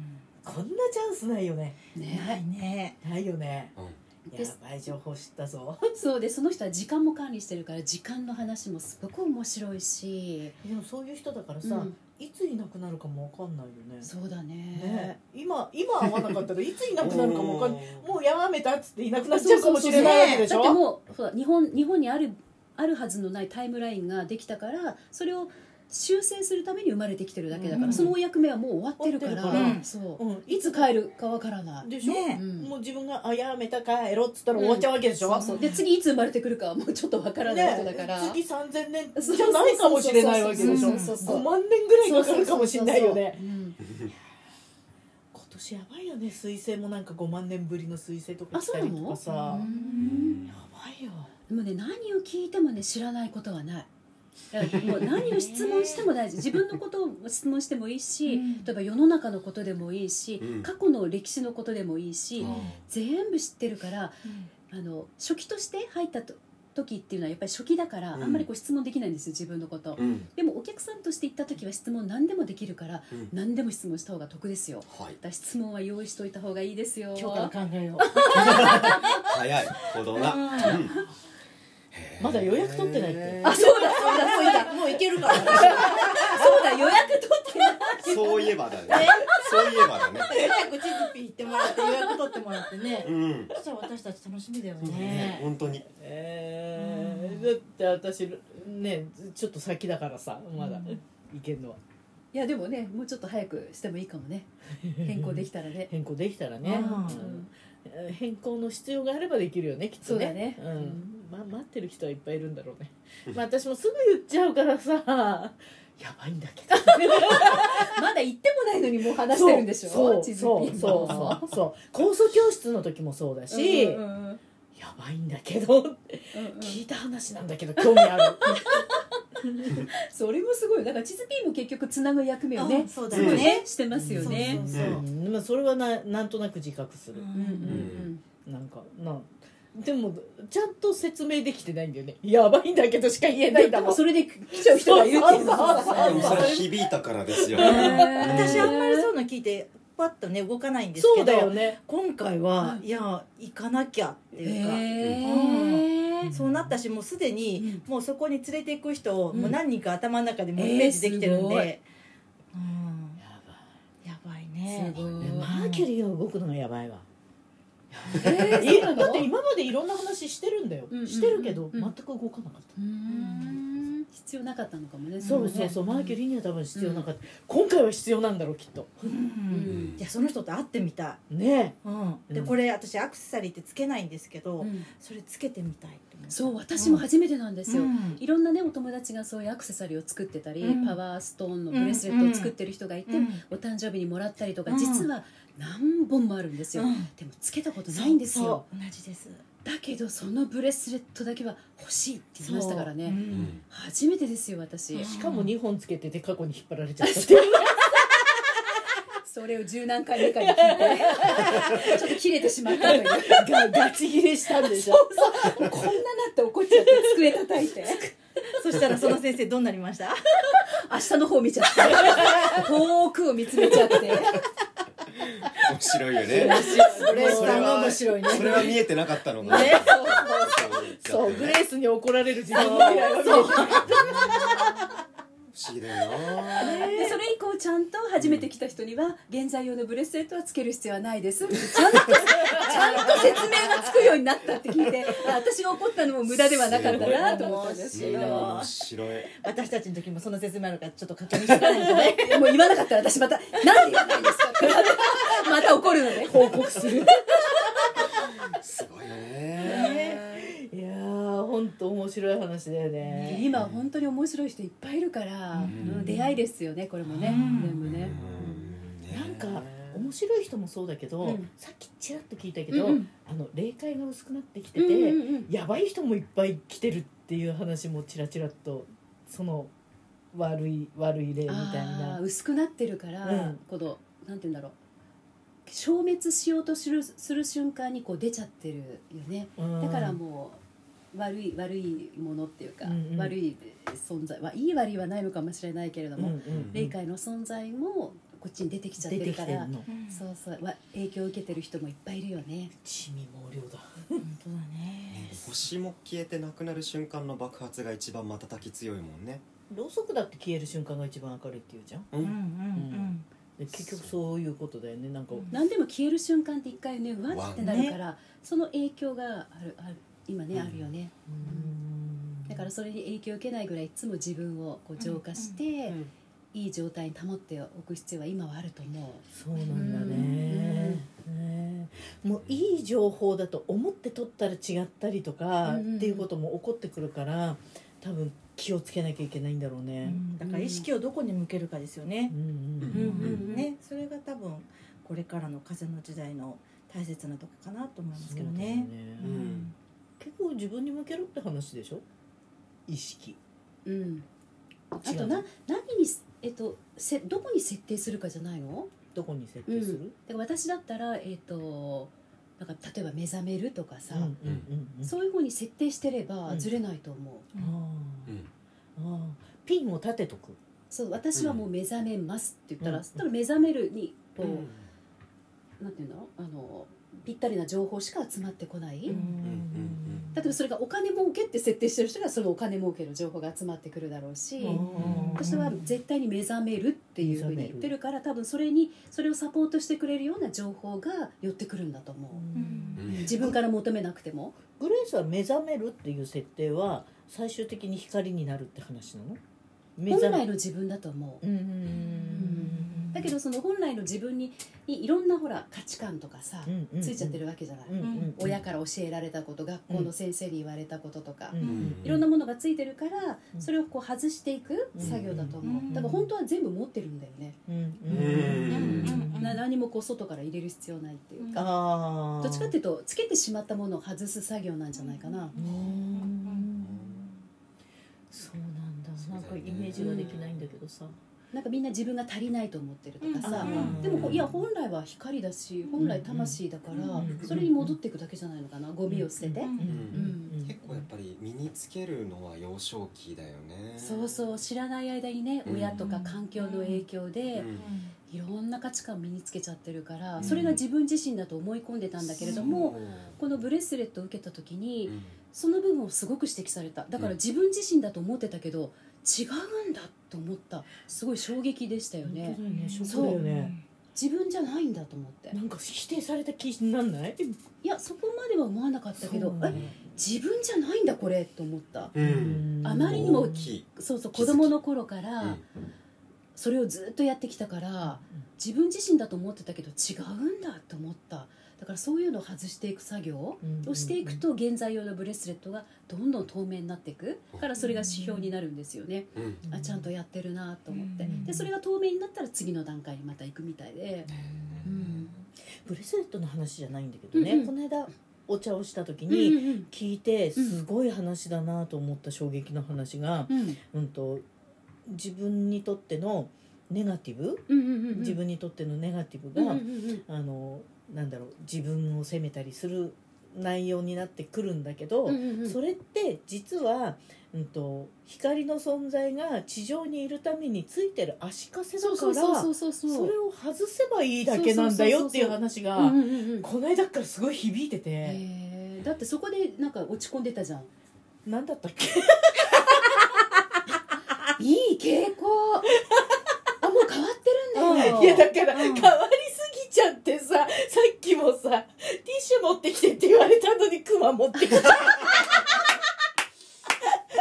S4: こんなチャンスないよね
S5: ない
S3: ね、
S5: ね
S4: ないよね
S1: うん
S4: や
S3: です
S4: ばい情報知った ぞ
S3: そうでその人は時間も管理してるから時間の話もすごく面白いし、
S4: でもそういう人だから
S3: う
S4: さ、
S3: ん
S4: いついなくなるかもわかんないよね
S3: そうだね
S4: ね今今会わなかったらいついなくなるかもわかんないもうやめたっつっていなくなっちゃうかもしれないわけでし
S3: だって
S4: ょ
S3: もうそうだ日本日本にあるあるはずのないタイムラインができたからそれを修正するために生まれてきてるだけだから、
S5: うん
S3: そのお役目はもう終わってるか
S4: 終
S3: ら
S4: わ
S5: ってるから
S3: うんそう、
S4: うん
S3: いつ帰るかわからない、
S4: でしょ、
S5: ね
S3: うん
S4: もう自分が「あやめた帰ろ」っつったら終わっちゃうわけでしょ、
S3: そうそうで次いつ生まれてくるかはもうちょっとわからない人だから、
S4: ね、次3000年じゃないかもしれないわけでしょ
S5: そうそうそうそう
S4: 5万年ぐらいかかるかもしれないよね
S3: うん
S4: 今年やばいよね彗星もなんか5万年ぶりの彗星とか
S3: あ
S4: 来たりとかさ
S3: う
S4: や
S3: ん
S4: ばいよ
S3: でもね何を聞いてもね知らないことはないだからもう何を質問しても大事自分のことを質問してもいいし、
S5: うん
S3: 例えば世の中のことでもいいし、
S1: うん
S3: 過去の歴史のことでもいいし、
S1: うん
S3: 全部知ってるからあの初期として入ったと時っていうのはやっぱり初期だから、
S1: うん
S3: あんまりこう質問できないんですよ自分のこと、
S1: うん
S3: でもお客さんとして行った時は質問何でもできるから、
S1: うん
S3: 何でも質問した方が得ですよ
S1: はい
S3: だから質問は用意しといた方がいいですよ
S4: 今日から考えよ
S1: 早い行動が、うん
S4: うまだ予約取ってないって
S1: あ
S4: もういもういけるから
S3: そうだ予約取ってない
S1: そういえばだねそういえばだね
S5: 早く地図ピー行ってもらって予約取ってもらってね
S1: うん
S5: そしたら私たち楽しみだよ
S1: ね
S5: ね
S1: 本当に
S4: えー、だって私ねちょっと先だからさまだ、
S5: うん
S4: いけるのはい
S3: やでもねもうちょっと早くしてもいいかもね変更できたらね
S4: 変更できたらね、
S5: う
S3: うん
S4: うん変更の必要があればできるよねきっとね
S3: そうだね
S4: うんまあ、待ってる人はいっぱいいるんだろうね、まあ、私もすぐ言っちゃうからさやばいんだけど
S3: まだ行ってもないのにもう 話してるんでしょ
S4: そう
S3: 地図
S4: そ
S3: ピ
S4: う
S3: ン
S4: そうそうそう 高素教室の時もそうだし、
S3: うんうんうん
S4: やばいんだけど、
S3: うんうん
S4: 聞いた話なんだけど興味ある
S3: それもすごいよだから地図ピンも結局つなぐ役目を
S5: あ
S3: ね
S5: そうだ
S3: す
S5: よ
S3: ごいね
S5: ね
S3: してますよね
S5: そうそうそう
S4: うんまあ、それはななんとなく自覚す
S5: う
S4: る、
S3: うんうん
S5: ん
S4: なんかなでもちゃんと説明できてないんだよねやばいんだけどしか言えないんだ
S3: で
S4: もん
S3: もそれで来ちゃう人がいるっていう
S4: そうそうそう
S1: でもそれ響いたからですよ
S5: 私あんまりそういうの聞いてパッとね動かないんです
S4: そう
S5: け
S4: だよ
S5: ど
S4: ね
S5: 今回は
S3: うん
S5: いや行かなきゃっていうか
S3: へー
S5: そうなったしもうすでにもうそこに連れて行く人をもう何人か頭の中でもうイメージできてるん
S3: えーす
S5: で、うん
S4: やばい
S5: やばいね
S3: すごい
S4: ねマーキュリーが動くのがやばいわ、
S3: えー
S4: え
S3: そうなの
S4: だって今までいろんな話してるんだよ、
S3: うんうん
S4: してるけど
S3: うん
S4: 全く動かなかった、
S3: うん必要なかったのかもね
S4: そう
S3: の
S4: そう
S3: ね
S4: そうマーキュリーには多分必要なかった、今回は必要なんだろうきっと
S5: うん
S3: ん
S5: いやその人と会ってみた
S4: ね
S5: い、うん、で
S4: うん
S5: これ私アクセサリーってつけないんですけど、
S3: うん
S5: それつけてみたいと思った
S3: そう私も初めてなんですよ
S5: うん
S3: いろんなねお友達がそういうアクセサリーを作ってたり、
S5: うん
S3: パワーストーンのブレスレットを作ってる人がいて、
S5: うん
S3: お誕生日にもらったりとか、
S5: うん
S3: 実は何本もあるんですよ、
S5: うん
S3: でもつけたことないんですよ
S5: そう同じです
S3: だけどそのブレスレットだけは欲しいって言いましたからね、
S5: うん
S1: うん
S3: 初めてですよ私
S5: うん
S4: しかも2本つけてて過去に引っ張られちゃったっていう
S3: それを十何回目かに 聞いてちょっと切れてしまったという
S4: がガチ切れしたんでしょ
S3: そうこんななって怒っちゃって机叩いて
S5: そしたらその先生どうなりました
S3: 明日の方見ちゃって遠くを見つめ ちゃって
S1: 面白いよね
S4: グレースさんが面白いね
S1: それは見えてなかったのもね
S4: そ
S1: そう
S4: う
S1: 不
S4: グレースに怒られる自分の未来は見えてる
S1: 思議だよな
S3: でそれ以降ちゃんと初めて来た人には現在用のブレスレットはつける必要はないですってちゃんとちゃんと説明がつくようになったって聞 いてあ私が怒ったのも無駄ではなかったなと思ったんですけど
S5: すごいな
S1: 面白い
S5: 私たちの時もその説明あるからちょっと確認してないとね
S3: もう言わなかったら私また「なんで言わないんですか?」ってまた怒るのね
S4: 報告する
S1: すごいよね
S4: いやー本当面白い話だよね
S3: 今本当に面白い人いっぱいいるから、うん出会いですよねこれもね、
S5: うん
S3: 全部ね、
S4: なんか面白い人もそうだけど、
S3: うん
S4: さっきちらっと聞いたけど、
S3: うんうん
S4: あの霊界が薄くなってきて
S3: うん
S4: て、
S3: うんうん
S4: やばい人もいっぱい来てるっていう話もちらちらとその悪い悪い例みたい
S3: あ
S4: な
S3: ー薄くなってるから、
S4: うん
S3: このなんて言うんだろう消滅しようとするする瞬間にこう出ちゃってるよね、
S4: うん
S3: だからもう悪い悪いものっていうか、
S4: うんうん
S3: 悪い存在はいい悪いはないのかもしれないけれど
S4: うん
S3: も、
S4: うん
S3: 霊界の存在もこっちに出てきちゃっ
S4: 出
S3: て
S4: て
S3: る
S4: き
S3: か
S4: て
S3: ら
S4: るの
S3: そうそうわ影響を受けてる人もいっぱいいるよね
S4: 地味猛量だ
S5: 本当だね
S1: 星も消えてなくなる瞬間の爆発が一番瞬き強いもんね
S4: ろうそくだって消える瞬間が一番明るいっていうじゃん
S1: う
S5: うん
S1: ん、
S5: うんうん
S4: で結局そういうことだよねなんか、
S5: うん
S3: 何でも消える瞬間って一回ねうわってなるから、その影響があるある今ね、
S1: うん
S3: あるよね
S4: うん
S3: だからそれに影響を受けないぐらいいつも自分をこう浄化して、
S1: うん
S3: いい状態に保っておく必要は今はあると思
S4: そうなんだねねもういい情報だと思って取ったら違ったりとか
S3: うんうん
S4: っていうことも起こってくるから多分気をつけなきゃいけないんだろう
S5: う
S4: ね。
S5: んだから意識をどこに向けるかですよね
S4: う、ん
S5: う
S1: う
S5: ん
S1: ん
S5: うんね、それが多分これからの風の時代の大切なとこかなと思いますけどね。
S4: そうだよね結構自分に向けるって話でしょ意識。
S3: う。うん。あ
S4: 違う
S3: とな何にえっとせどこに設定するかじゃないの？
S4: どこに設定する、
S3: だから私だったらえっとなんか例えば目覚めるとかさ、
S4: うんうんうん
S3: そういう方に設定してれば
S4: うん
S3: ずれないと思う。
S4: あ
S1: う
S4: ー
S1: ん
S4: あーピンを立てとく。
S3: そう私はもう目覚めますって言ったら、
S4: うん
S3: そしたら目覚めるにこう、
S1: うん
S3: なんていうのあのぴったりな情報しか集まってこない。
S5: うん
S1: ん
S3: 例えばそれがお金儲けって設定してる人がそのお金儲けの情報が集まってくるだろうし、
S4: うん
S3: 私は絶対に目覚めるっていうふうに言ってるから多分それにそれをサポートしてくれるような情報が寄ってくるんだと思う、
S5: うん
S1: うん
S3: 自分から求めなくても
S4: グレースは目覚めるっていう設定は最終的に光になるって話なの目
S3: 本
S4: 覚
S3: 来
S4: め
S3: の自分だと思う、
S4: うんうん
S5: ん
S3: だけどその本来の自分ににいろんなほら価値観とかさ、
S4: うんうん
S3: ついちゃってるわけじゃない、
S4: うんうん
S3: 親から教えられたこと学校の先生に言われたこととか、
S4: うん
S1: うん
S3: いろんなものがついてるから、
S4: うん
S3: それをこう外していく作業だと思う、
S5: うん
S3: だから本当は全部持ってるんだよね、
S4: うん
S1: うん
S5: うん
S3: な何もこう外から入れる必要ないっていうか、
S4: ああ
S3: どっちかっていうとつけてしまったものを外す作業なんじゃないかな、
S4: そうなんだ
S1: そうだ
S4: な
S1: よ
S4: ん
S1: ね
S4: かイメージができないんだけどさ
S3: なんかみんな自分が足りないと思ってるとか
S1: う
S3: さ、
S1: ん
S3: でもこういや本来は光だし本来魂だから、
S4: うん
S3: それに戻っていくだけじゃないのかなゴミを捨てて、
S5: うん
S3: ん
S1: 結構やっぱり身につけるのは幼少期だよね
S3: そうそう知らない間にね
S1: うん
S3: 親とか環境の影響
S1: う
S3: で、
S1: ん
S3: いろんな価値観を身につけちゃってるから、
S1: うん
S3: それが自分自身だと思い込んでたんだけれども、
S1: そ
S3: このブレスレットを受けた時に、
S1: ううん
S3: その部分をすごく指摘されただから自分自身だと思ってたけど違うんだと思ったすごい衝撃でしたよね
S4: だよねショ
S3: ックだよ
S4: ね
S3: 自分じゃないんだと思って
S4: なんか否定された気になんない
S3: いやそこまでは思わなかったけど、
S4: そう
S3: え自分じゃないんだこれと思った
S1: うん
S3: あまりにも
S1: 大きい
S3: そうそう
S1: 気づき
S3: 子供の頃か
S1: う
S3: ら
S1: ん
S3: それをずっとやってきたから自分自身だと思ってたけど違うんだと思っただからそういうのを外していく作業をしていくと現在用のブレスレットがどんどん透明になっていくからそれが指標になるんですよね
S1: うん
S3: あちゃんとやってるなと思って
S4: うん
S3: でそれが透明になったら次の段階にまた行くみたいで
S4: ブレスレットの話じゃないんだけどね、
S3: うんうん
S4: この間お茶をした時
S3: に
S4: に聞いてすごい話だなと思った衝撃の話が、うん、と自分にとってのネガティブ、自
S3: 自
S4: 分にとってのネガティブが、
S3: がうん
S4: あのなんだろう自分を責めたりする内容になってくるんだけど、それって実は、うん、と光の存在が地上にいるためについてる足かせだ
S3: そ
S4: か
S3: う
S4: ら
S3: そうそうそうそう
S4: それを外せばいいだけなんだよっていう話が。
S3: うんうんうん
S4: この間からすごい響いてて、
S3: へーだってそこでなんか落ち込んでたじゃん
S4: なんだったっけ
S3: いい傾向あもう変わってるんだよ
S4: いやだから
S5: うん
S4: 変わりすぎちゃってささっきもさティッシュ持ってきてって言われたのにクマ持ってきた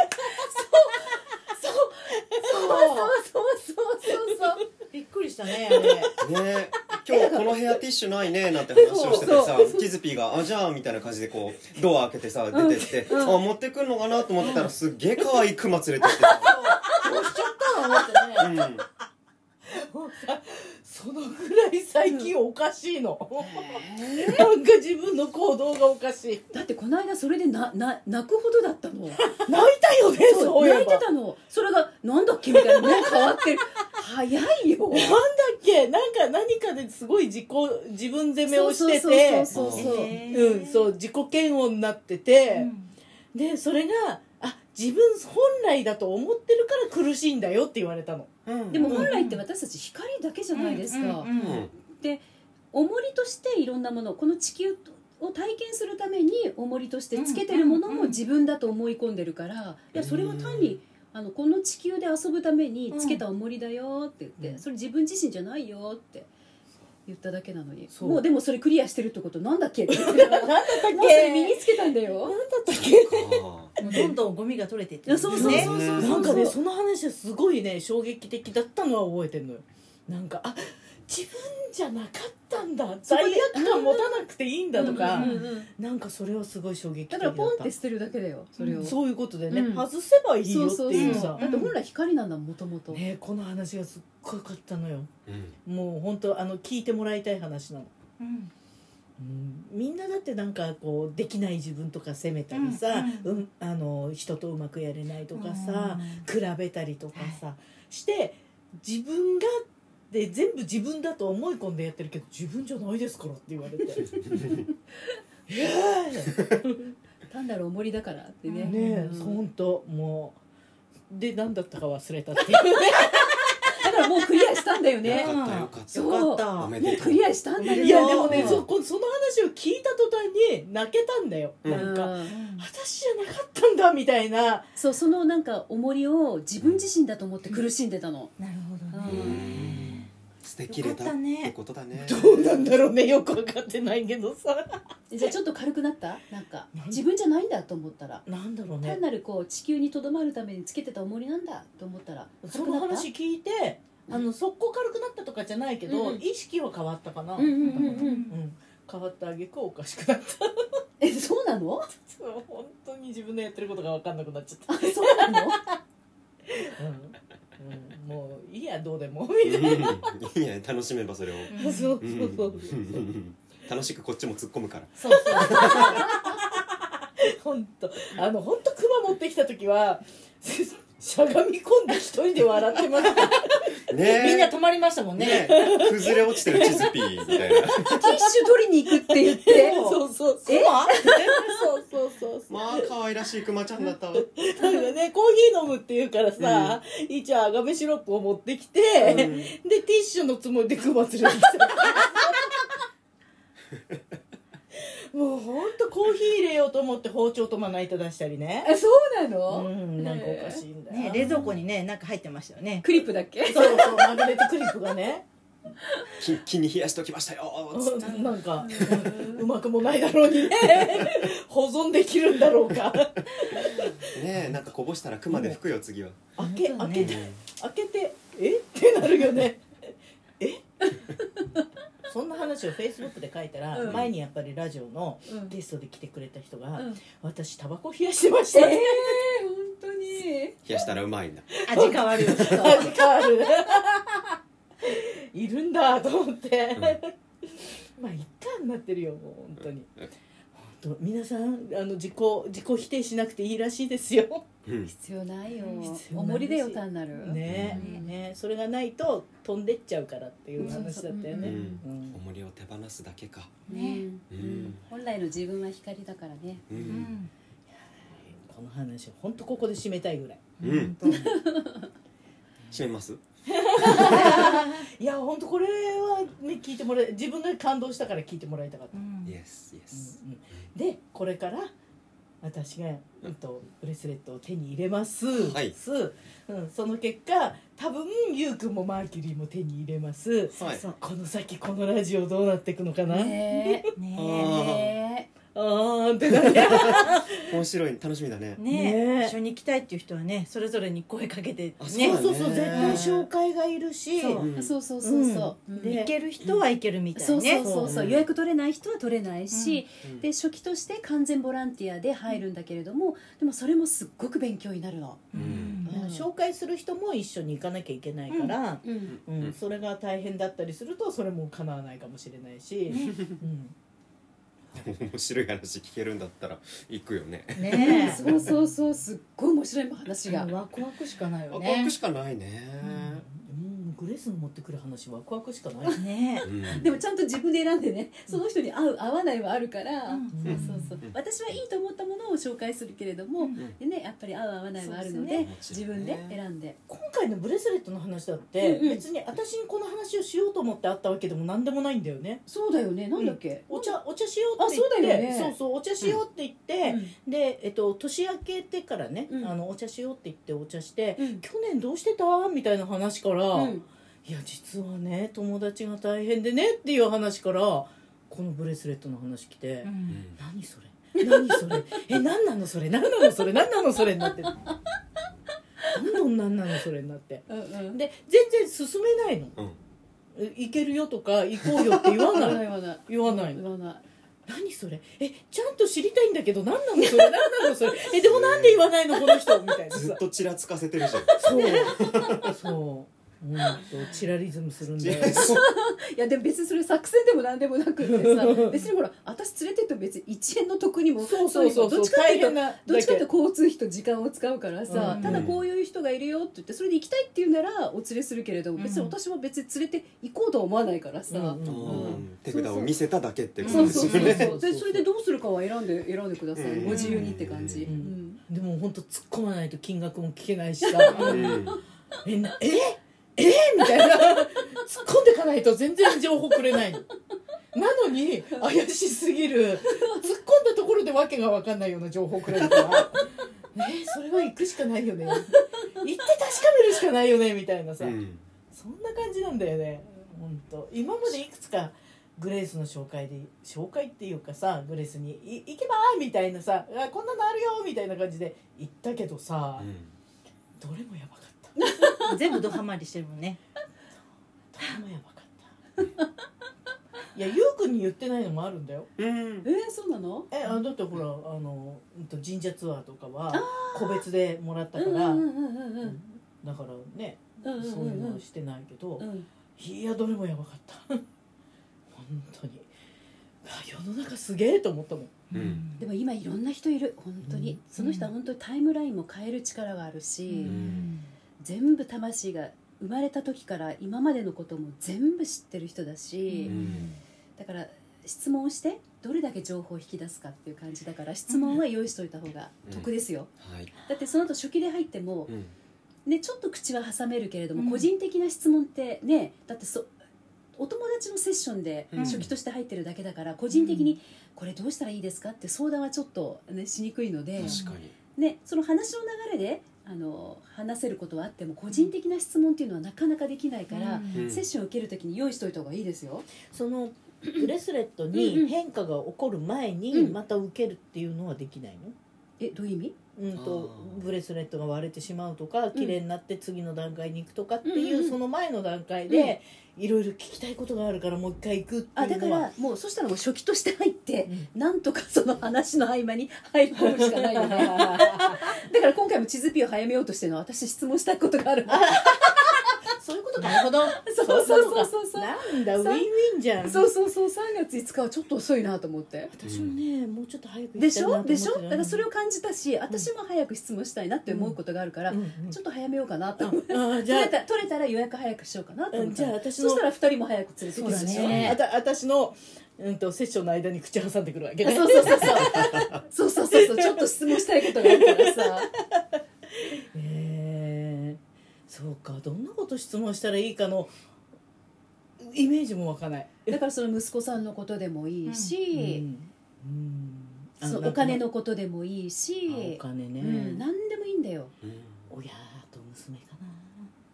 S3: そうそうそうそうそうそう
S5: びっくりしたね。あれ
S1: ね今日この部屋ティッシュないねなんて話をしててさキズピーが「あじゃあ」みたいな感じでこうドア開けてさ出てって、あ持ってくんのかなと思ってたらすっげえ可愛いクマ連れてってさ、
S5: どうしちゃったのってね。
S1: うん、
S4: もうさそそのぐらい最近おかしいの、なんか自分の行動がおかしい
S3: だってこの間それでなな泣くほどだったの
S4: 泣いたよね
S3: そう
S4: そういえば
S3: 泣いてたのそれがなんだっけみたいなもう変わってる早いよ
S4: なんだっけなんか何かですごい自己自分責めをしてて
S3: そうそうそうそうそう
S5: えー
S4: うんそう自己嫌悪になってて、でそれがあ自分本来だと思ってるから苦しいんだよって言われたの
S5: うん
S3: でも本来って私たち光だけじゃないですか、
S5: うんうんうん
S3: 重りとしていろんなものこの地球を体験するために重りとしてつけてるもの
S5: うんうん
S3: も
S5: うん
S3: 自分だと思い込んでるから、いやそれは単にあのこの地球で遊ぶためにつけた重りだよって言って、
S4: うん
S3: それ自分自身じゃないよって言っただけなのに
S4: そう
S3: もうでもそれクリアしてるってこと なんだっけ って言ってたか
S4: な
S3: ら
S4: んだったっけ
S3: もうそれ身につけたんだよ。
S5: もうどんどんゴミが取れていって
S3: いやそうそうそうそうそう
S4: なんかねその話はすごいね衝撃的だったのは覚えてるのよなんかあ自分じゃなかったんだ罪悪感持たなくていいんだとか、
S3: うんうんうん
S4: なんかそれはすごい衝撃的だ
S3: だ
S4: っ
S3: か
S4: た
S3: らポンって捨てるだけだよそれを、
S4: そういうことでね、
S3: うん
S4: 外せばいいよっ
S3: そ
S4: て
S3: そう
S4: いう
S3: そう
S4: さ
S3: だって本来光なんだもともと
S4: ねこの話がすっごい良かったのよ
S1: うん
S4: もう本当あの聞いてもらいたい話なの、
S5: うん
S4: うん、みんなだってなんかこうできない自分とか責めたりさ、うんあの人とうまくやれないとかさ、比べたりとかさ、して自分がで全部自分だと思い込んでやってるけど自分じゃないですからって言われ てええ
S3: 単なる重りだからってね
S5: うん
S4: ねえ
S3: うん
S4: 本当もうで何だったか忘れたっていうね
S3: だからもうクリアしたんだよ
S1: よ
S3: ね
S1: かったよかった
S3: そう
S5: よ
S1: お
S5: かっ
S1: め
S3: ね
S1: でとう
S3: クリアしたんだよ
S4: いやでも
S1: う
S4: ね
S1: ん
S4: そこその話を聞いた途端に泣けたんだよ、
S1: うん
S4: なんか
S3: うん
S4: 私じゃなかったんだみたいな
S3: そうそのなんか重りを自分自身だと思って苦しんでたの、
S5: たなるほど
S3: う
S5: ね
S3: ん
S1: 捨てきれたってことだね
S4: どうなんだろうねよく分かってないけどさ
S3: じゃあちょっと軽くなったなんか自分じゃないんだと思ったら
S4: なんだろうね
S3: 単なるこう地球にとどまるためにつけてた重りなんだと思ったら
S4: その話聞いて
S3: うん
S4: あの速攻軽くなったとかじゃないけど、
S3: うん
S4: 意識は変わったかな、
S3: うんうんうん
S5: う
S3: うん
S5: ん
S4: うん変わったあげくおかしくなった
S3: えそうなの
S4: そう本当に自分のやってることが分かんなくなっちゃっ
S3: あそうなの
S4: た、うんうんもういいやどうでも
S1: う
S4: みたい
S1: んいいね楽しめばそれを
S5: う
S4: な
S5: ん
S4: そうそう
S1: うん
S4: そう
S1: 楽しくこっちも突っ込むから
S4: そうそう本当あの本当クマ持ってきた時は しゃがみ込んで一人で笑ってました
S1: ね
S5: みんな止まりましたもんね
S1: ね崩れ落ちてる地図ピーみたいな
S3: ティッシュ取りに行くって言って
S4: そうそうそうそう
S5: え
S4: そうそうそう
S1: まあ可愛らしいクマちゃんだったわ
S4: なんかねコーヒー飲むっていうからさ、一応あがめシロップを持ってきて、
S1: うん
S4: でティッシュのつもりでクマ連れてきたもうほんとコーヒー入れようと思って包丁とまな板出したりね
S3: あそうな
S4: う
S3: の、
S4: んなんかおかしいんだよ、
S5: ね冷蔵庫にねなんか入ってましたよね
S3: クリップだっけ
S4: そうそうマグネットクリップがね
S1: キンキンに冷やしときましたよつって
S4: うんなんかうまくもないだろうに ね保存できるんだろうか
S1: ねなんかこぼしたらクマで拭くよ次は
S4: 開け
S5: 本当だ
S4: 開
S5: ね
S4: けて開けてえ ってなるよねえそんな話をフェイスブックで書いたら、
S3: うん
S4: 前にやっぱりラジオの
S3: うん
S4: ゲストで来てくれた人
S3: う
S4: が「
S3: ん
S4: 私タバコ冷やしてまし
S3: え
S4: た」
S3: ー、本当に
S1: 冷やしたらうまいんだ
S5: 味変わるよ
S4: 味変わるいるんだと思って、まあ一貫になってるよもう本当に本当皆さんあの自己自己否定しなくていいらしいですよ
S1: うん
S3: 必要ないよ
S4: 必要ないし
S3: 重りだよ単なる、
S4: ね
S3: うん
S4: ねそれがないと飛んでっちゃうからっていう話だったよ
S1: う
S4: ね、
S1: ん
S4: うん
S1: 重りを手放すだけか
S3: ね
S1: う
S3: うんん、本来の自分は光だからね
S1: う
S5: うんん
S4: この話を本当ここで締めたいぐらい
S1: うん
S5: 本当
S1: 閉めます
S4: いや本当これはね聞いてもらえ自分が感動したから聞いてもらいたかった、
S1: イエスイエス
S4: うんうんでこれから私が、うん、とブレスレットを手に入れます、
S1: はい
S4: すうん、その結果多分ゆうくんもマーキュリーも手に入れます
S1: はい
S4: この先このラジオどうなっていくのかな、
S3: ね
S5: ね
S1: あ
S3: えねえ
S2: あ
S4: あ
S2: ーんって なって
S1: 面白い楽しみだね
S5: ね
S4: ね
S5: 一緒に行きたいっていう人はねそれぞれに声かけて
S1: あ
S5: ね
S1: だ
S4: そう
S1: ね
S4: そうそう絶対紹介がいるし
S5: そう
S1: うん
S3: そうそうそうそう、
S4: うん
S3: で
S5: 行ける人は行けるみたい
S3: そ
S5: ね
S3: うそうそうそう
S1: うん
S3: 予約取れない人は取れないし、
S1: うん
S3: で初期として完全ボランティアで入るんだけれども、でもそれもすっごく勉強になるの。
S5: う
S3: うん
S5: ん
S3: うん
S4: 紹介する人も一緒に行かなきゃいけないから、
S3: うん
S4: うんそれが大変だったりするとそれも叶わないかもしれない し、うん、
S1: 面白い話聞けるんだったら行くよね
S5: ね
S3: そうそうそうすっごい面白い 話が、
S5: ワクワクしかないよ
S1: ワクワ
S5: ね
S1: クしかないね
S4: うん、グレースの持ってくる話ワクワクしかない
S5: ね
S1: うん
S3: でもちゃんと自分で選んでねその人に合う合わないはあるから、
S5: うん
S3: そうそうそう
S1: うん
S3: 私はいいと思ったものを紹介するけれども、
S1: ん
S3: でねやっぱり合う合わないはあるので
S1: そうですね
S3: 自分で選んで、
S4: 今回のブレスレットの話だって、
S3: うんうん
S4: 別に私にこの話をしようと思って会ったわけでも何でもないんだよね
S3: そうだよねなんだっけ、
S4: お茶お茶しようって言って
S3: あそうだよね
S4: そうそうお茶しようって言って、で、えっと、年明けてからね、
S3: うん
S4: あのお茶しようって言ってお茶して、
S3: うん
S4: 去年どうしてたみたいな話から、
S3: うん
S4: いや実はね友達が大変でねっていう話からこのブレスレットの話来て、
S5: うん
S4: 何それ何それえ何なのそれ何なのそれ何なのそれになってどんどん何なのそれになって
S3: うんうん
S4: で全然進めないの
S1: うん
S4: え行けるよとか行こうよって言わ
S3: 言わ
S4: な
S3: な
S4: い
S3: い言わない
S4: 言わない
S3: 言わない
S4: 何それえちゃんと知りたいんだけど何なのそれ何なのそれえでもなんで言わないのこの人みたいな
S1: ず
S4: さ
S1: っとちらつかせてるじゃん
S4: そうそううんとチラリズムするんだよ
S3: いやでも別にそれ作戦でも何でもなくってさ別にほら私連れてっても別に1円の得にも
S4: そうそうそう
S3: ど
S4: そ
S3: っ
S4: う
S3: ちかって
S4: 大
S3: いう
S4: 変
S3: と
S4: な
S3: どっちか
S4: だ
S3: っていうと交通費と時間を使うからさ、
S4: うん
S3: ただこういう人がいるよって言ってそれで行きたいっていうならお連れするけれども、別に
S5: うん
S3: 私も別に連れて行こうとは思わないからさ、
S4: けうん
S1: う
S4: うんうん
S1: ん手札を見せただけってこ
S3: そ
S1: と
S3: う
S1: です
S3: そう
S1: よ
S3: そう
S1: ね
S3: そうでそれでどうするかは選んで選んでください、
S1: うん
S3: ご自由にって感じ、
S4: う
S3: うんん
S4: でも本当突っ込まないと金額も聞けないしさ
S1: うん
S4: えなええみたいな突っ込んでいかないと全然情報くれないのなのに怪しすぎる突っ込んだところで訳が分かんないような情報くれるからえそれは行くしかないよね行って確かめるしかないよねみたいなさ、
S1: うん
S4: そんな感じなんだよね本当今までいくつかグレースの紹介で紹介っていうかさグレースにい「行けば!」みたいなさあ「こんなのあるよ!」みたいな感じで行ったけどさ、どれもやばかった
S5: 全部ドハマりしてるもんね
S4: とてもやばかったいやゆうくんに言ってないのもあるんだよ
S1: うん
S3: えー、そうなの
S4: えあだってほらあの、うんと、神社ツアーとかは個別でもらったから、
S3: うんうんうんうんうん
S4: だからね、
S3: うんうん
S4: そういうのはしてないけど、
S3: うん
S4: いやどれもやばかった 本当にあ世の中すげえと思ったもん
S1: うん
S3: でも今いろんな人いる本当に、
S4: うん
S3: その人は本当にタイムラインも変える力があるし、
S1: ん
S3: 全部魂が生まれた時から今までのことも全部知ってる人だし、
S1: うん
S3: だから質問をしてどれだけ情報を引き出すかっていう感じだから質問は用意しといた方が得ですよ、
S1: はい
S3: だってその後初期で入っても
S1: う、ん
S3: ね、ちょっと口は挟めるけれども、
S5: うん
S3: 個人的な質問ってねだってそお友達のセッションで
S1: うん
S3: 初期として入ってるだけだから、個人的にこれどうしたらいいですかって相談はちょっと、ね、しにくいので、
S1: 確かに
S3: ね、その話の流れであの話せることはあっても個人的な質問っていうのはなかなかできないから、
S1: うん
S3: セッションを受けるときに用意しといた方がいいですよ。
S4: そのブレスレット
S3: うんうん
S4: に変化が起こる前に
S3: うん
S4: また受けるっていうのはできないの、
S3: えどういう意味？
S4: うんと
S1: あー
S4: ブレスレットが割れてしまうとか綺麗になって次の段階に行くとかっていう、
S3: うんうんうん
S4: その前の段階でいろいろ聞きたいことがあるからもう一回行くって
S3: あ
S4: い
S3: だ
S4: う
S3: か
S4: のは
S3: らもうそしたらもう初期として入って、
S4: う
S3: なんとかその話の合間に入り込むしかないよね。だから今回も地図ピを早めようとしてるのは私質問したいことがある。
S4: そういうことかなるほど
S3: そうそうそうそうそう。
S4: なんだウィンウィンじゃん
S3: そうそうそう3月5日はちょっと遅いなと思って。
S4: 私もねもうちょっと早く行
S3: で
S4: きたい
S3: し
S4: なと思っ
S3: ょ
S4: て
S3: でしょだからそれ
S4: を、
S3: を感じたし私も早く質問したいなって思うことがあるから、
S4: うんうん
S3: ちょっと早めようかなと思って。
S4: ああじゃあ
S3: 取れた取れたら予約早くしようかなと思
S4: う
S3: っ
S4: ん
S3: た
S4: じゃあ私
S3: そ
S4: の
S3: したら2人も早く連れてくる
S5: そう
S3: で
S5: だ
S3: しょ、
S5: ね
S4: あた私の、うん、とセッションの間に口挟んでくるわけ
S3: あ
S4: ね
S3: そうそうそうそうそうそうそうそうちょっと質問したいことがあるからさ
S4: へえそうかどんなこと質問したらいいかのイメージも湧かない
S3: だからその息子さんのことでもいい
S4: う
S3: し、
S4: んうん
S3: そ
S4: あ
S3: のお金のことでもいい
S4: なんかあお
S3: し、
S4: 金ね、
S3: うん、何でもいいんだよ
S1: うん
S4: 親と娘か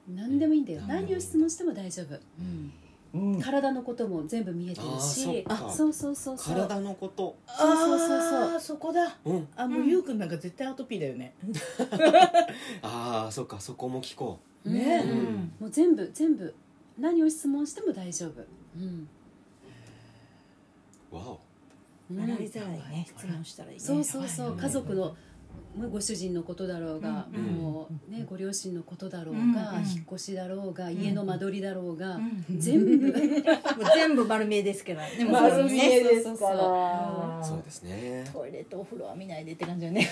S4: な
S3: 何でもいいんだよ
S1: うん
S3: 何を質問しても大丈夫、
S1: ん
S5: うん
S3: 体のことも全部見えてるし
S1: あーそっか
S3: そうそうそうそう
S1: 体のこと
S3: そうそうそうそう
S2: あーそこだ
S1: うん
S2: あもう、
S5: うん
S2: ゆうくんなんか絶対アトピーだよね
S1: ああそっかそこも聞こう
S3: ね
S1: う
S5: うんん
S3: もう全部全部何を質問しても大丈夫、うん
S1: わお
S3: うん
S5: 学びづらいね質問したらいいね
S3: そうそうそ
S2: や
S3: う
S2: ばい
S3: 家族のもうご主人のことだろうが、
S5: うん
S3: もうね、ご両親のことだろうが、
S5: うん
S3: 引っ越しだろうが、家の間取りだろうが、
S5: うん
S3: 全部
S5: もう全部丸見えですけどでも
S3: 丸見え
S5: そうそうそう
S1: そうですね
S5: トイレとお風呂は見ないでって感じよね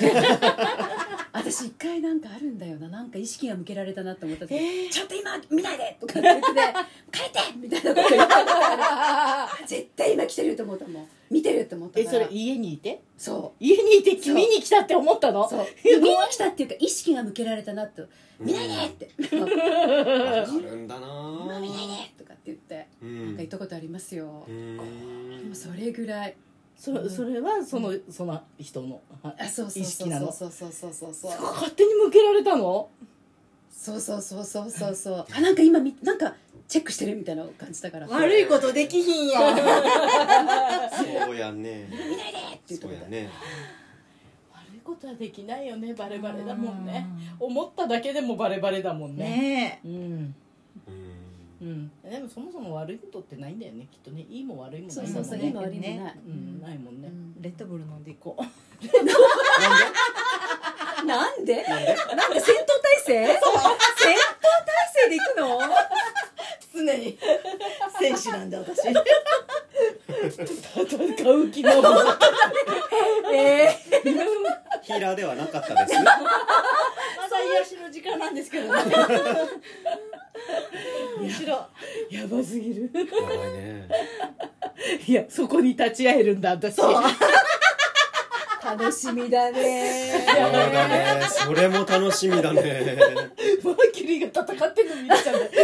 S3: 私一回なんかあるんだよななんか意識が向けられたなと思った時、ちょっと今見ないで!」とかって言ってて「帰って!」みたいなこと言ったから 絶対今来てると思ったもん見てると思った
S4: え
S3: から
S4: それ家にいて
S3: そう
S4: 家にいて君に来たって思ったの
S3: そう 見に来たっていうか意識が向けられたなと「見ないで!」 って「
S1: わかるんだな
S3: 今見ない
S1: ぁ
S3: で!」とかって言って
S1: う
S3: なん
S1: ん
S3: か言ったことありますよ
S1: う、ん
S3: でもそれぐらい
S4: そそれはそのその人のあ
S3: あそうそう
S4: 意
S3: そ
S4: 識
S3: う
S4: なの
S3: そうそうそうそうそう
S4: 勝手に向けられたの
S3: そうそうそうそうそうそうあなんか今みなんかチェックしてるみたいな感じだから「
S5: 悪いことできひんやん
S1: そうやね
S3: 見ないで!」って言っ
S1: そ
S3: た
S1: う
S3: こ
S1: や
S3: と
S1: ね
S4: 悪いことはできないよねバレバレだ
S5: だ
S4: もんね思っただけでもバレバレだもんね
S5: ね
S4: うん
S1: うん
S4: うんでもそもそも悪いことってないんだよねきっとねいいも悪いもない
S3: そうそうそう
S4: もん
S3: 今
S4: ね
S3: 悪いもな
S5: ね
S3: い、
S4: うんないもん
S3: う
S4: ね
S3: ん
S5: えレッドブル飲んでいこう
S3: なんでなんで戦闘態勢戦闘態勢で行くの
S5: 常に 選手なんで私
S4: 戦う気の
S3: え
S1: ヒーラーではなかった です
S5: 朝癒しの時間なんですけどねむしろ
S4: やばすぎる
S1: やばいね
S4: いやそこに立ち会えるんだ私
S3: ー、楽しみだね
S1: そうだねそれも楽しみだね
S4: マーキュリーが戦ってるの見れちゃうんだすげ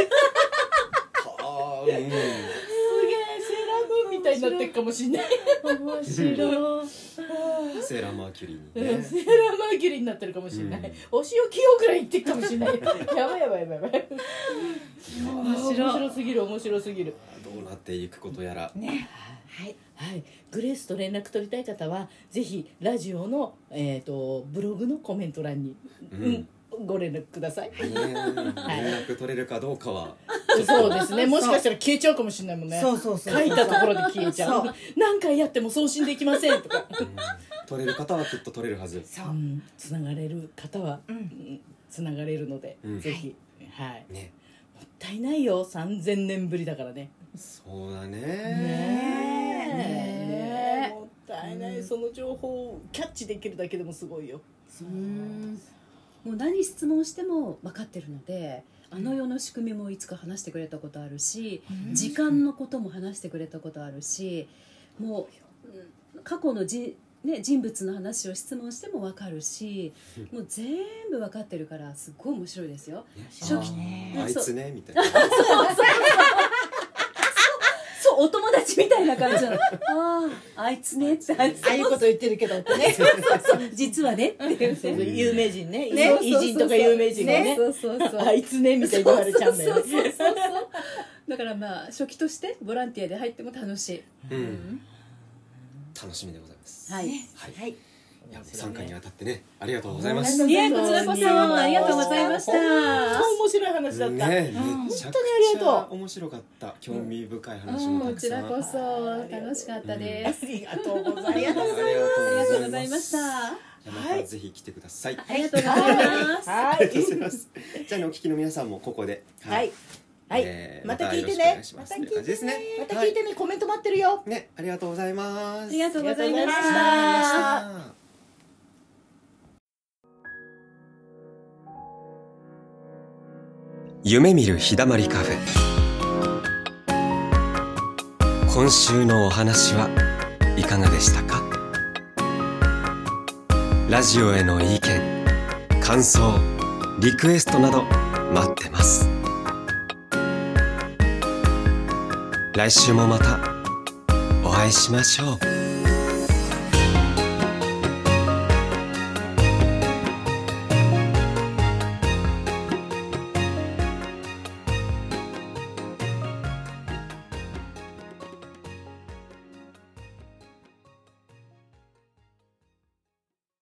S4: えセー
S1: あーう
S4: ラームーンみたいになってるかもしんない
S5: 面白い
S1: んセーラーマーキュリ
S4: うん
S1: ーにね
S4: セーラーマーキュリーになってるかもしんない、
S1: うん
S4: お仕置きよぐらい言ってるかもしんない やばいやばいやばいやばい面白すぎる面白すぎる
S1: どうなっていくことやら
S5: ね
S4: はい、はい、グレースと連絡取りたい方はぜひラジオの、えー、とブログのコメント欄に、
S1: うん
S4: うんご連絡ください
S1: ね連絡取れるかどうかは
S4: そうですねもしかしたら消えちゃうかもしれないもんね
S5: そうそうそう
S4: 書いたところで消えちゃう
S5: そう
S4: 何回やっても送信できませんとか、、
S1: うん取れる方はきっと取れるはず
S5: そううん
S4: つながれる方は
S5: うん
S4: つながれるので、
S1: うん
S4: ぜひ、はい、もっ
S1: ね
S4: たいないよ3000年ぶりだからね
S1: そうだ
S4: ね
S1: ね
S4: え
S3: ねえ
S4: ねえもったいない、その情報をキャッチできるだけでもすごいよ
S3: うんもう何質問しても分かってるのであの世の仕組みもいつか話してくれたことあるし、時間のことも話してくれたことあるしもう、うん過去のじ、ね、人物の話を質問しても分かる しもう全部分かってるからすっごい面白いですよ。初期
S1: あ
S3: うん
S1: ーあいつねみたいな
S3: そうお友達みたいな感じなのあああいつねってあいつ
S5: ああいうこと言ってるけどってね
S3: 実はねって言って
S1: うん
S4: 有名人ね
S5: ね
S4: 偉人とか有名人がね
S3: そうそうそうそう
S4: あいつねみたいに言われちゃうんだよね
S3: そうそうそうそうだからまあ初期としてボランティアで入っても楽しい
S1: うん楽しみでございます
S3: はい
S1: はい
S5: はい
S1: いや参加にあたってねありがとうございます
S5: あ
S1: ね
S5: り
S3: い
S5: が
S3: え
S5: と
S3: こ
S5: うご
S3: ち
S5: ざ
S3: ら
S5: い
S3: こ
S5: ます
S3: そありがとうございました
S4: 面白い話だった、
S1: め
S5: うん
S1: ちゃく
S4: あり
S1: ち
S4: が
S1: ゃ
S4: と
S1: 面白かった興味深い話
S3: うん
S1: もた
S3: こ
S1: くさ
S3: ち
S1: ん
S3: らこそ楽しかったで
S4: あ
S3: す
S4: りがとうございま
S1: あ
S4: す
S1: りが
S3: ありが
S1: とう
S3: とう
S1: ご
S3: ご
S1: ざ
S3: ざ
S1: い
S3: い
S1: ま
S3: ま
S1: し
S3: したた
S1: またぜひ来てください
S3: ありがとうございます
S4: はい
S1: ありがとうございますじゃあねお聞きの皆さんもここで
S4: はいはい
S1: えー
S4: また聞いて
S1: またよ
S4: ね
S1: ろしくお願いしま
S4: ますた
S1: とい
S4: 聞いう
S1: 感
S4: て
S1: じですね
S4: ねまた聞いてねコメント待ってるよ
S1: ねありがとうございます
S3: ありがとうございま
S4: ありがとうございました
S3: した
S1: ありがとうございました夢見る日だまりカフェ今週のお話はいかがでしたかラジオへの意見感想リクエストなど待ってます来週もまたお会いしましょう